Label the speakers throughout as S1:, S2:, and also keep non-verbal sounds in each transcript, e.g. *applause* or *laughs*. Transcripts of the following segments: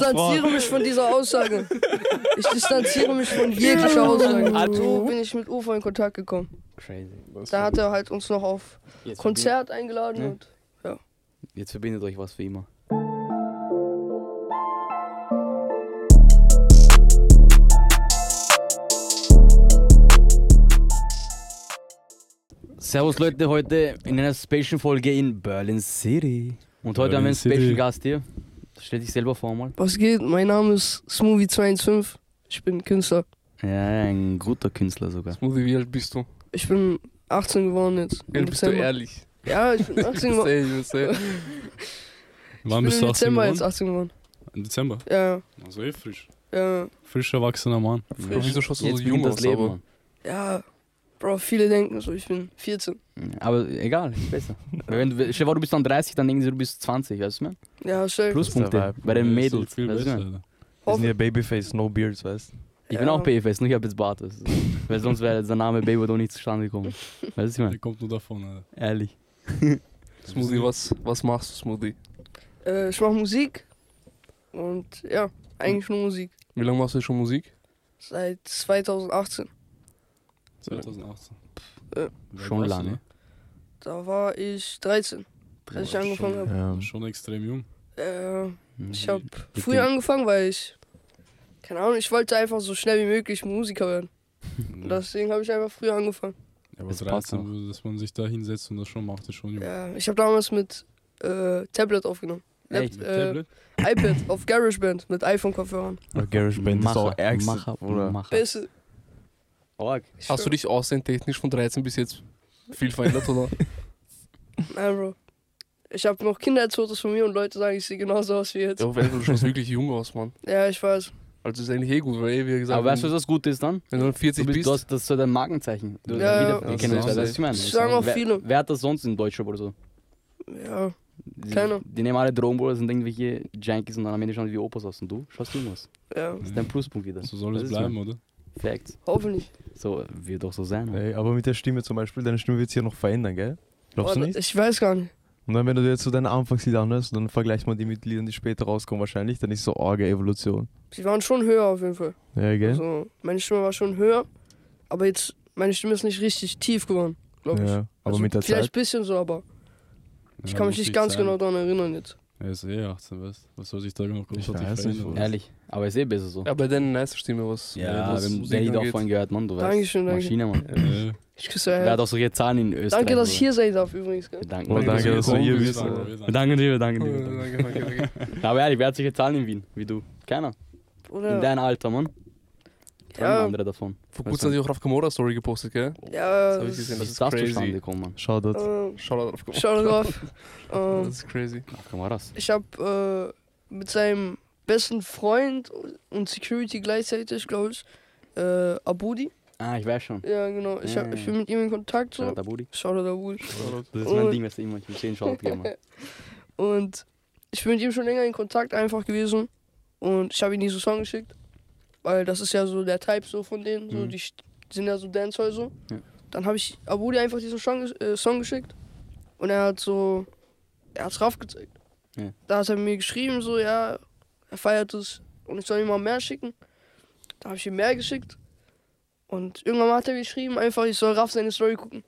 S1: distanziere mich von dieser Aussage. Ich distanziere mich von jeglicher Aussage.
S2: Mhm.
S1: So bin ich mit Ufo in Kontakt gekommen.
S3: Crazy.
S1: Da hat er halt uns noch auf
S3: Jetzt
S1: Konzert eingeladen
S3: Ja.
S1: und
S3: Verbindet, jetzt verbindet euch was für immer. Servus Leute, heute in einer Special-Folge in Berlin City. Und heute
S2: Berlin
S3: haben wir einen
S2: City.
S3: Special-Gast hier. Stell dich selber vor mal.
S1: was geht? Mein Name ist Smoothie25. Ich bin Künstler.
S3: Ja, ein guter Künstler sogar.
S2: Smoothie, wie alt bist du?
S1: Ich bin 18 geworden jetzt. im
S2: Ey, bist du
S1: Dezember.
S2: ehrlich?
S1: Ja, ich bin 18 geworden.
S2: Safe, safe.
S1: Ich
S4: Wann
S1: bin
S4: bist
S1: im
S4: du 18
S1: Dezember jetzt
S4: geworden?
S1: 18 geworden.
S4: Im Dezember.
S1: Ja,
S4: Also eh frisch.
S1: ja,
S4: Frisch erwachsener Mann.
S2: Frisch. Wieso schaust du
S3: Jetzt
S2: so jung
S3: beginnt das
S2: aus,
S3: Leben,
S2: aber-
S3: Mann.
S1: ja. Bro, viele denken so, ich bin 14.
S3: Aber egal,
S2: *laughs*
S3: ist besser. Weil wenn du, stell dir vor, du bist dann 30, dann denken sie, du bist 20, weißt du? man?
S1: Ja, safe.
S3: Pluspunkte bei den
S4: halt
S3: Mädels. weißt du, man?
S5: Wir sind ja Babyface, no beards, weißt du?
S3: ich bin
S1: Ja.
S3: auch BFS, nur ich hab jetzt Bart.
S1: *laughs*
S3: also. Weil sonst wäre der Name Baby doch nicht zustande gekommen. Weißt du, ich
S4: Der
S3: meine?
S4: kommt nur davon, Alter.
S3: Ehrlich.
S2: Smoothie, was, was machst du, Smoothie?
S1: Äh, ich mache Musik. Und ja, eigentlich nur Musik.
S2: Wie lange machst du schon Musik?
S1: Seit 2018.
S4: 2018.
S1: Äh,
S4: Wer ne?
S3: Schon
S4: warst du
S3: lange.
S1: Da war ich 13, als ich angefangen habe.
S5: Ja.
S4: da? Schon extrem jung.
S1: Äh,
S3: Mhm.
S1: ich habe
S3: Ich
S1: früh
S3: bin-
S1: angefangen, weil ich. Keine Ahnung, ich wollte einfach so schnell wie möglich Musiker werden. Und deswegen habe ich einfach früh angefangen.
S4: Ja, aber
S3: Das passt
S4: 13, wo- dass man sich da hinsetzt und das schon macht, ist schon jung.
S1: Ja, ich habe damals mit äh, Tablet aufgenommen. Lap-
S3: Echt?
S4: Mit
S1: äh,
S4: Tablet?
S1: iPad auf GarageBand mit iPhone-Kopfhörern.
S5: Aber GarageBand ist auch
S3: Macher,
S5: ärgste,
S3: Macher,
S5: Bruder.
S3: Macher.
S1: Beste.
S3: Org.
S1: Ich
S2: Hast du dich aussehen technisch von 13 bis jetzt viel verändert, oder?
S1: schwör- Nein, Bro. Ich habe noch Kindheitsfotos von mir und Leute sagen, ich sehe genauso aus wie jetzt.
S2: *laughs* Ja, auf jeden Fall, du schaust wirklich jung aus, Mann.
S1: Ja, ich weiß.
S2: Also ist eigentlich eh gut, weil eh, wie gesagt,
S3: Aber weißt du, was
S2: wenn,
S3: das Gute ist dann?
S2: wenn du dann 40
S3: Du bist,
S2: bist,
S3: du hast, das ist so dein Markenzeichen. Du,
S1: Ja, ja.
S3: wieder, wir kennen uns,
S2: Das
S3: weißt du, was ich meine?
S1: das sagen auch
S3: wer,
S1: viele.
S3: Wer hat das sonst in Deutschland oder so?
S1: Ja,
S3: Die,
S1: Keiner.
S3: Die nehmen alle Drogen, Bruder, sind irgendwelche Junkies und dann am Ende schauen die wie Opas aus. Und du schaust jung aus.
S1: ja.
S3: Das ist dein Pluspunkt wieder.
S4: So soll
S3: Das
S4: es
S3: ist
S4: bleiben, oder?
S3: Facts.
S1: Hoffentlich.
S3: So wird doch so sein.
S5: Ey, aber mit der Stimme zum Beispiel, deine Stimme wird sich ja noch verändern, gell? Glaubst
S1: Aber
S5: du nicht?
S1: Ich weiß gar nicht.
S5: Und dann, wenn du dir jetzt so deine Anfangslieder anhörst und dann vergleicht man die mit Liedern, die später rauskommen wahrscheinlich, dann ist so orge Evolution.
S1: Sie waren schon höher auf jeden Fall.
S5: Ja, gell?
S1: Also, meine Stimme war schon höher, aber jetzt, meine Stimme ist nicht richtig tief geworden, glaube ich.
S5: ja. Aber
S1: Also
S5: mit der
S1: vielleicht
S5: Zeit.
S1: ein bisschen so, aber ich
S4: Ja,
S1: kann mich
S4: muss
S1: nicht ganz
S4: sein.
S1: genau daran erinnern jetzt.
S4: Er ist eh 18, weißt du? Was soll sich da noch
S5: Ich
S4: großartig
S5: weiß nicht,
S4: verändern?
S5: Bruder.
S3: Ehrlich. Aber ist eh besser so.
S2: ja, bei deiner nice Stimme, was
S3: Ja,
S2: was
S3: wir haben
S2: Musik
S3: Daddy doch
S2: angeht.
S3: vorhin gehört, Mann, du weißt.
S1: Dankeschön, danke.
S3: Maschine, Mann.
S4: Ja.
S1: Ich küsse euer
S3: Wer hat
S1: Herz.
S3: auch solche Zahlen in Österreich?
S1: Danke, dass ich
S3: Bruder?
S1: hier sein darf übrigens, gell?
S3: Danke,
S5: Oh, danke, dass du hier bist.
S4: Wir sagen-
S3: Danke dir, danke
S2: Ja,
S1: Oh,
S3: dir.
S2: Danke, danke, danke.
S3: Na, Aber ehrlich, wer hat solche Zahlen in Wien? Wie du? Keiner.
S1: Oder?
S3: In deinem Alter, Mann. Träumen
S1: Ja.
S3: andere davon.
S2: Vor kurzem hat ich auch auf Gamora Story gepostet, gell?
S1: Ja,
S2: Das hab ich
S1: das-
S2: gesehen.
S3: Wie
S2: Das
S3: ist
S2: ist
S3: das
S2: crazy.
S3: zustande gekommen, Mann?
S5: Shoutout.
S1: äh,
S2: Schau da drauf. Gamora.
S1: schau drauf.
S2: Das
S1: äh,
S2: ist crazy.
S3: Ach, komm mal raus.
S1: ich habe äh, mit seinem besten Freund und Security gleichzeitig, glaube ich, äh, Abudi.
S3: Ah, ich weiß schon.
S1: Ja, genau. Ich, hab, ich bin mit ihm in Kontakt. So. Oh.
S3: Shoutout Abudi.
S1: Schau da, Abudi.
S3: Das ist
S1: Und-
S3: mein Ding, was ich immer ich will 10 Shoutout geben. Mann.
S1: Und ich bin mit ihm schon länger in Kontakt einfach gewesen. Und ich habe ihm diesen Song geschickt. Weil das ist ja so der Type so von denen. So,
S3: Mhm.
S1: die st- sind ja so Dancehall so.
S3: Ja.
S1: Dann habe ich Abudi einfach diesen Song, ges- äh, Song geschickt. Und er hat so. Er hat's rauf gezeigt.
S3: Ja.
S1: Da hat er mir geschrieben, so, ja, er feiert es. Und ich soll ihm mal mehr schicken. Da habe ich ihm mehr geschickt. Und irgendwann hat er geschrieben, einfach, ich soll Raff seine Story gucken.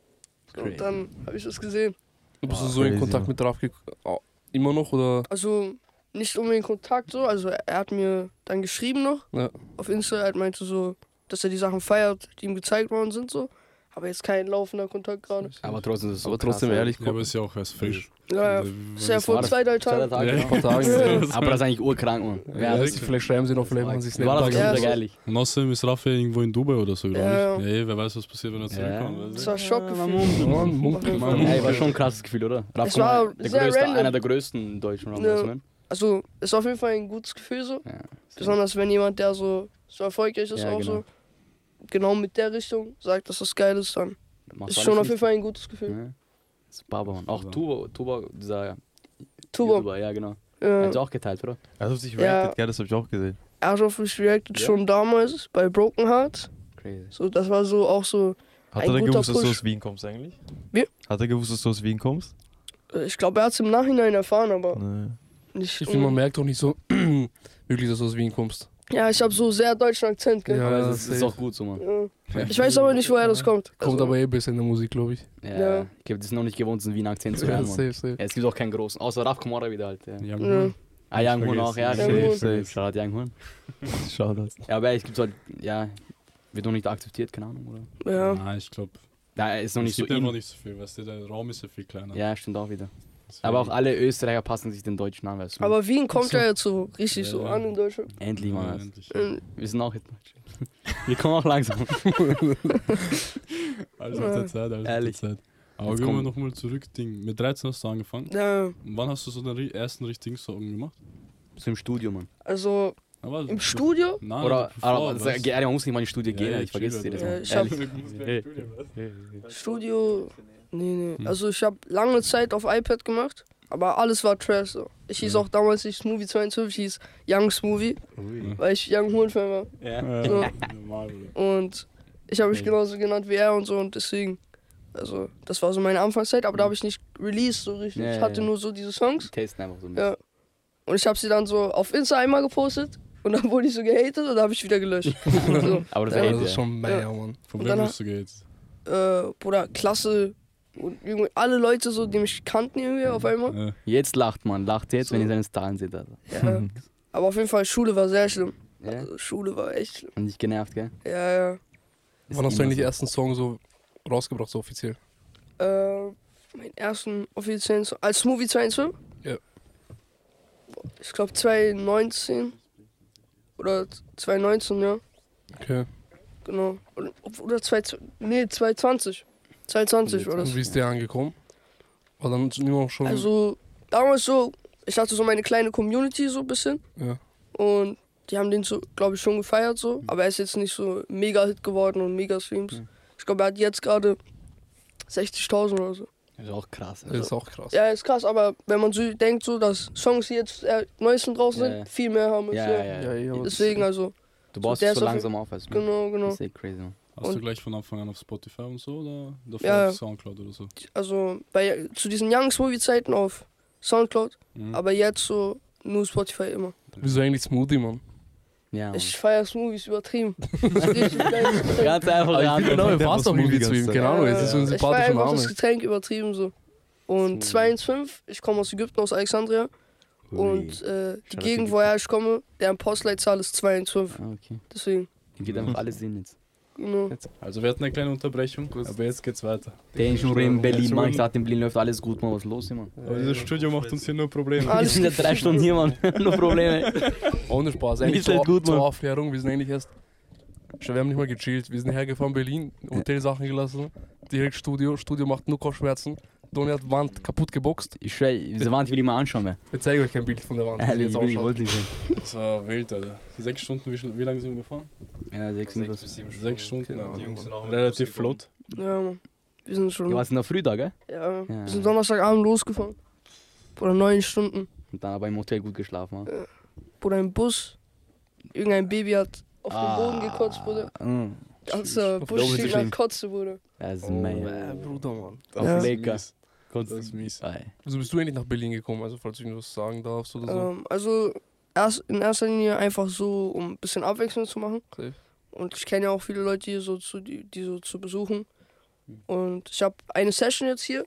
S3: Crazy.
S1: Und dann habe ich das gesehen.
S2: Du bist
S3: Ah,
S2: so in
S5: crazy,
S2: Kontakt
S5: Mann.
S2: mit Raf gek- oh, immer noch oder?
S1: also nicht unbedingt Kontakt so. Also er er hat mir dann geschrieben noch
S2: Ja.
S1: auf Insta. Er meinte so, dass er die Sachen feiert, die ihm gezeigt worden sind so. Aber jetzt kein laufender Kontakt gerade.
S3: *laughs* Aber trotzdem ist es so
S2: Aber trotzdem
S3: krass,
S2: ehrlich,
S4: Ja, aber
S2: guck.
S4: ist ja auch erst frisch.
S1: Ja, ja.
S4: Also,
S1: Ist ja
S4: wenn es-
S1: vor
S3: war das-
S1: zwei, drei
S3: Zwei
S1: Tagen.
S3: Tage.
S2: Ja, vor Tagen.
S1: Ja.
S3: Aber das ist eigentlich urkrank, Mann. Wer
S2: Ja,
S3: hat
S2: das- vielleicht schreiben sie noch, vielleicht machen sie es
S3: das? War das
S1: Ja,
S3: Sonntag,
S1: so-
S3: ehrlich?
S4: Und außerdem ist Raphael irgendwo in Dubai oder so,
S1: Ja,
S4: glaube ich. Ja, ey, wer weiß, was passiert, wenn er zurückkommt. weißt du?
S1: Das war Schockgefühl.
S2: Mann, Munkel,
S1: Mann,
S2: Mann.
S3: Ey, war schon ein krasses Gefühl, oder? Raf,
S1: Es
S3: guck mal,
S1: war
S3: der
S1: sehr
S3: größte,
S1: random.
S3: einer der größten im deutschen ne? Raum.
S1: Ja.
S3: weißt du, man?
S1: Also ist auf jeden Fall ein gutes Gefühl so.
S3: Ja.
S1: Besonders wenn jemand, der so, so erfolgreich ist,
S3: Ja,
S1: auch
S3: genau.
S1: so genau mit der Richtung sagt, dass das geil ist, dann
S3: Machst
S1: ist
S3: du
S1: schon auf
S3: alles
S1: jeden Fall ein gutes Gefühl.
S3: Ne? Das ist Baba, Mann. Auch
S4: Also.
S3: Tuba, Tuba dieser
S1: Tuba,
S3: YouTuber, ja genau.
S1: äh,
S3: Hat sie auch geteilt, oder?
S5: Also, sich
S1: Ja.
S5: rated, gell? Das hab ich auch gesehen.
S1: er hat auf mich reacted
S3: Ja.
S1: schon damals bei Broken Heart.
S3: Crazy.
S1: So, das war so auch so,
S5: Hat
S1: Ein
S5: er
S1: guter
S5: gewusst, dass du
S1: Push.
S5: aus Wien kommst eigentlich?
S1: Wie?
S5: Hat er gewusst, dass du aus Wien kommst?
S1: äh, Oh. ich glaube, er hat es im Nachhinein erfahren, aber
S5: Nee.
S1: nicht.
S2: Ich finde, man merkt auch nicht so *clears throat* wirklich, dass du aus Wien kommst.
S1: ja, ich habe so sehr deutschen Akzent, gell?
S2: Ja,
S3: Aber
S2: das
S3: es ist
S2: safe.
S3: auch gut so, Mann.
S1: Ja. Ich weiß aber nicht, woher das kommt.
S2: Kommt
S1: Also,
S2: aber eh besser in der Musik, glaube ich.
S3: Ja.
S1: Ja.
S3: Ich habe das noch nicht gewohnt, so einen Wiener Akzent zu
S2: Ja,
S3: hören, Mann.
S2: safe, safe.
S3: Ja, es gibt auch keinen großen, außer Raf Kamara wieder halt. Ja.
S4: Ja.
S1: Ja.
S3: Ah, Young Horn auch, ja.
S1: Young
S3: stimmt.
S1: Horn.
S5: Safe.
S3: Shoutout Young Horn.
S5: Schau das.
S3: Ja, aber es gibt halt, ja, wird noch nicht akzeptiert, keine Ahnung, oder?
S1: Ja.
S4: Nein, ich glaube,
S3: Da ist noch
S4: es
S3: nicht so
S4: gibt einfach
S3: in.
S4: nicht so viel, weißt du, der Raum ist ja viel kleiner.
S3: Ja, stimmt auch wieder.
S4: Deswegen-
S3: Aber auch alle Österreicher passen sich den deutschen an, weißt du.
S1: Aber Wien kommt
S2: So.
S1: ja jetzt so richtig so
S4: Ja.
S1: an in Deutschland.
S3: endlich
S4: Ja,
S3: mal.
S4: endlich.
S1: Ähm,
S3: Wir sind auch jetzt Deutsche. Wir kommen auch langsam.
S4: Alles auf der Zeit, alles
S3: Ehrlich.
S4: auf der Zeit. Aber
S3: Jetzt
S4: gehen wir
S3: komm.
S4: nochmal zurück, Ding. Mit 13 hast du angefangen.
S1: Ja,
S4: Und wann hast du so den ri- ersten richtigen Song gemacht?
S3: so im Studio, Mann.
S1: also
S4: Aber
S1: im Studio.
S4: Nein,
S3: Oder, ah,
S4: bevor,
S3: aber das-
S4: weißt du?
S3: ehrlich, man muss nicht mal in die Studie
S4: Ah, Ja,
S3: gehen,
S4: ja,
S3: ich vergesse es
S4: chill,
S3: jedes
S1: Alter.
S3: Mal.
S1: Ja, ich hab-
S3: Ehrlich.
S1: Studio. Nee, nee.
S4: Hm.
S1: Also ich habe lange Zeit auf iPad gemacht, aber alles war Trash so. Ich hieß
S4: Ja.
S1: auch damals nicht Smoothie 52, ich hieß Young Smoothie,
S4: Ja.
S1: weil ich Young Horn-Fan war.
S3: Ja.
S1: So.
S4: Normal, Bruder.
S1: Und ich habe mich
S3: Ja.
S1: genauso genannt wie er und so und deswegen. Also, das war so meine Anfangszeit, aber da habe ich nicht released so richtig.
S3: Ja,
S1: ich
S3: ja,
S1: hatte
S3: ja.
S1: nur so diese Songs
S3: Die testen einfach so ein
S1: Ja.
S3: bisschen.
S1: und ich habe sie dann so auf Insta einmal gepostet und dann *laughs* wurde ich so gehatet und dann habe ich wieder gelöscht. so,
S3: Aber das
S1: Ja,
S2: Ja,
S3: hält
S2: das ist
S3: ja.
S2: schon meier, Mann.
S4: Von
S1: Und
S4: wem
S1: dann-
S4: bist du gehatet?
S1: äh, Bruder, Klasse und irgendwie alle Leute so, die mich kannten irgendwie auf einmal.
S4: Ja.
S3: Jetzt lacht man, lacht jetzt,
S1: So.
S3: wenn ihr seine Zahlen seht. Also.
S1: Ja. äh, Aber auf jeden Fall, Schule war sehr schlimm.
S3: Ja?
S1: Also, Schule war echt schlimm.
S3: Und nicht genervt, gell?
S1: Ja, ja.
S3: Ist
S2: Wann hast du
S3: immer
S2: eigentlich
S3: so.
S2: den ersten Song so rausgebracht, so offiziell?
S1: Äh, meinen ersten offiziellen Song, als Movie 22?
S2: Ja.
S1: Boah, Ich glaube 2019 oder 2019, ja.
S2: Okay.
S1: Genau. Oder, oder 2, nee, 2020. 2020 war das.
S2: Und wie ist der angekommen? War dann immer auch
S3: Mhm.
S2: schon.
S1: Also damals so, ich hatte so meine kleine Community so ein bisschen
S2: ja.
S1: und die haben den so, glaube ich, schon gefeiert so,
S3: Mhm.
S1: aber er ist jetzt nicht so mega Hit geworden und mega Streams. Ich glaube, er hat jetzt gerade 60.000 oder so.
S3: Ist auch krass.
S2: Das ist auch krass.
S1: Ja, ist krass, aber wenn man so denkt so, dass Songs, die jetzt äh, neuesten draußen
S3: Ja,
S1: sind,
S3: ja.
S1: viel mehr haben. als
S3: Ja,
S1: wir.
S3: ja, ja.
S2: Ja, ja, aber das-
S1: Deswegen also,
S3: Du baust
S1: der
S3: es so
S1: ist auf jeden-
S3: langsam auf, weißt du.
S1: genau, genau.
S3: Das ist echt crazy. Mann.
S4: Hast
S1: Und-
S4: du gleich von Anfang an auf Spotify und so oder davor
S1: Ja, ja.
S4: auf Soundcloud oder so?
S1: Also bei, zu diesen Youngs Movie-Zeiten auf Soundcloud,
S4: Mhm.
S1: aber jetzt so nur Spotify immer.
S2: Wieso eigentlich Smoothie, Mann?
S3: Ja, Mann.
S1: Ich feiere Smoothies
S3: *laughs*
S1: übertrieben. Das ist richtig geiles Getränk.
S3: Ganz einfach,
S2: Aber ich
S3: ja.
S2: bin genau im
S5: der
S2: Wasser
S5: war Smoothie
S2: Smoothie
S5: die
S2: zu ihm.
S5: ganze
S2: Keine Ahnung,
S1: Ja,
S2: Genau, es ist so ein
S1: Ich feier
S2: sympathischer
S1: einfach das
S2: Name.
S1: Getränk übertrieben so. Und
S3: Smoothie.
S1: 215, ich komme aus Ägypten, aus Alexandria. Und äh, die
S5: Shoutout
S1: Gegend,
S5: Ägypten.
S1: woher ich komme, deren Postleitzahl ist 215.
S3: Ah, okay.
S1: Deswegen,
S3: Geht einfach alles hin jetzt.
S1: genau.
S4: Also wir hatten eine kleine Unterbrechung, aber jetzt geht's weiter.
S3: Den schon in Berlin,
S4: so
S3: Mann. Ich
S4: gut.
S3: dachte, in Berlin läuft alles gut, Mann. Was ist los hier, Mann?
S4: Aber dieses Studio macht uns hier nur Probleme.
S3: Wir
S1: Alles
S3: sind ja drei Stunden
S1: *laughs*
S3: hier, Mann. Nur Probleme.
S2: Ohne Spaß, eigentlich
S3: Ist halt
S2: zur,
S3: gut,
S2: zur
S3: Mann.
S2: Aufklärung, wir sind eigentlich erst. Schon, wir haben nicht mal gechillt. Wir sind hergefahren, Berlin, Hotelsachen gelassen, direkt Studio. Studio macht nur Kopfschmerzen. Donny hat Wand kaputt geboxt.
S3: Ich schwöre, diese Wand will ich mal anschauen, Mann.
S2: Ich zeige euch kein Bild von der Wand.
S3: Ehrlich,
S2: jetzt
S3: ich will- ich
S2: ausschaut.
S3: wollte nicht sehen.
S4: Das war wild, Alter. Sechs Stunden, wie, schnell- wie lange sind wir gefahren?
S3: Ja, sechs Minuten.
S4: Sechs Stunden,
S2: Genau.
S4: Alter.
S2: Die Jungs sind
S4: Relativ flott.
S1: Ja, Mann. Wir sind schon.
S3: Du
S1: Ja,
S3: warst in der Früh da, gell?
S1: Wir sind Donnerstagabend losgefahren. Oder neun Stunden.
S3: Und dann aber im Hotel gut geschlafen, Mann.
S1: Oder im Bus. Irgendein Baby hat auf
S2: Ah,
S1: den
S3: Ah,
S1: Boden gekotzt, Bruder. äh,
S3: Mm.
S1: Ganzer
S3: Doppelt
S1: Bus
S3: so
S1: steht
S3: schlimm.
S1: nach Kotze, Bruder.
S3: Das ist
S2: Oh,
S3: mein.
S2: äh, Bruder, Mann.
S1: Ja.
S3: Auf Lecker.
S4: Das ist mies.
S3: Ei.
S2: Wieso bist du eigentlich nach Berlin gekommen? Also, falls du irgendwas sagen darfst oder
S3: Äh,
S2: so.
S1: Ähm, also erst, in erster Linie einfach so, um ein bisschen Abwechslung zu machen.
S2: Safe.
S1: Und ich kenne ja auch viele Leute, die so zu, die, die so zu besuchen. Und ich habe eine Session jetzt hier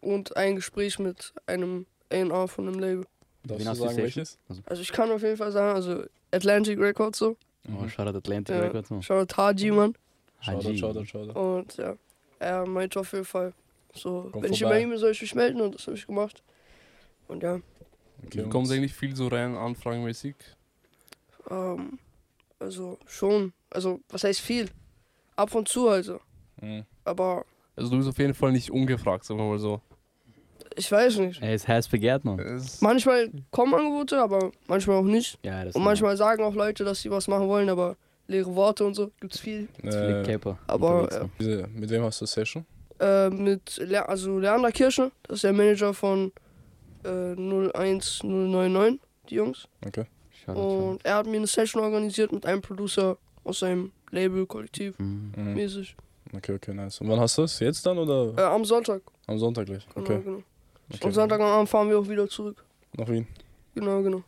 S1: und ein Gespräch mit einem A&R von einem Label.
S4: Darfst
S3: Wen
S4: du
S3: hast du
S4: sagen,
S3: safe?
S4: welches?
S1: Also ich kann auf jeden Fall sagen, also Atlantic Records so.
S3: Oh, Shoutout Atlantic
S1: Mhm. Ja.
S3: Records, Mann.
S1: Shoutout Haji, Mann.
S4: Schauder,
S3: Haji.
S4: schauder, schauder.
S1: Und ja, er meinte auf jeden Fall, so,
S4: Komm
S1: wenn ich
S4: vorbei.
S1: über ihn bin, soll ich mich melden und das habe ich gemacht. Und ja,
S4: Okay,
S2: Kommen
S4: und-
S2: sie eigentlich viel so rein, anfragenmäßig?
S1: ähm, also schon, also was heißt viel? Ab und zu also.
S4: Mhm.
S1: Aber
S2: Also, du bist auf jeden Fall nicht ungefragt, sagen wir mal so.
S1: ich weiß nicht.
S3: Er ist heiß begehrt, Mann.
S2: Es-
S1: Manchmal kommen Angebote, aber manchmal auch nicht.
S3: Ja, das
S1: Und manchmal sagen auch Leute, dass sie was machen wollen, aber leere Worte und so gibt's viel.
S3: Viele
S4: Äh,
S3: Caper.
S1: Aber,
S3: unterwegs,
S1: äh,
S3: Mann.
S4: diese- mit wem hast du Session?
S1: Äh, mit Le also Leander Kirschner, das ist der Manager von äh, 01099, die Jungs.
S3: Shoutout, Shoutout.
S1: Und er hat mir eine Session organisiert mit einem Producer aus seinem Label, Kollektiv,
S3: Mhm.
S4: Mhm.
S1: mäßig.
S4: Okay, okay, nice. Und wann hast du das? Jetzt dann oder
S1: Äh, am Sonntag.
S4: am Sonntag gleich?
S1: Genau,
S4: Okay.
S1: genau.
S4: okay.
S1: Am Sonntagabend fahren wir auch wieder zurück.
S4: Nach Wien.
S1: Genau, genau.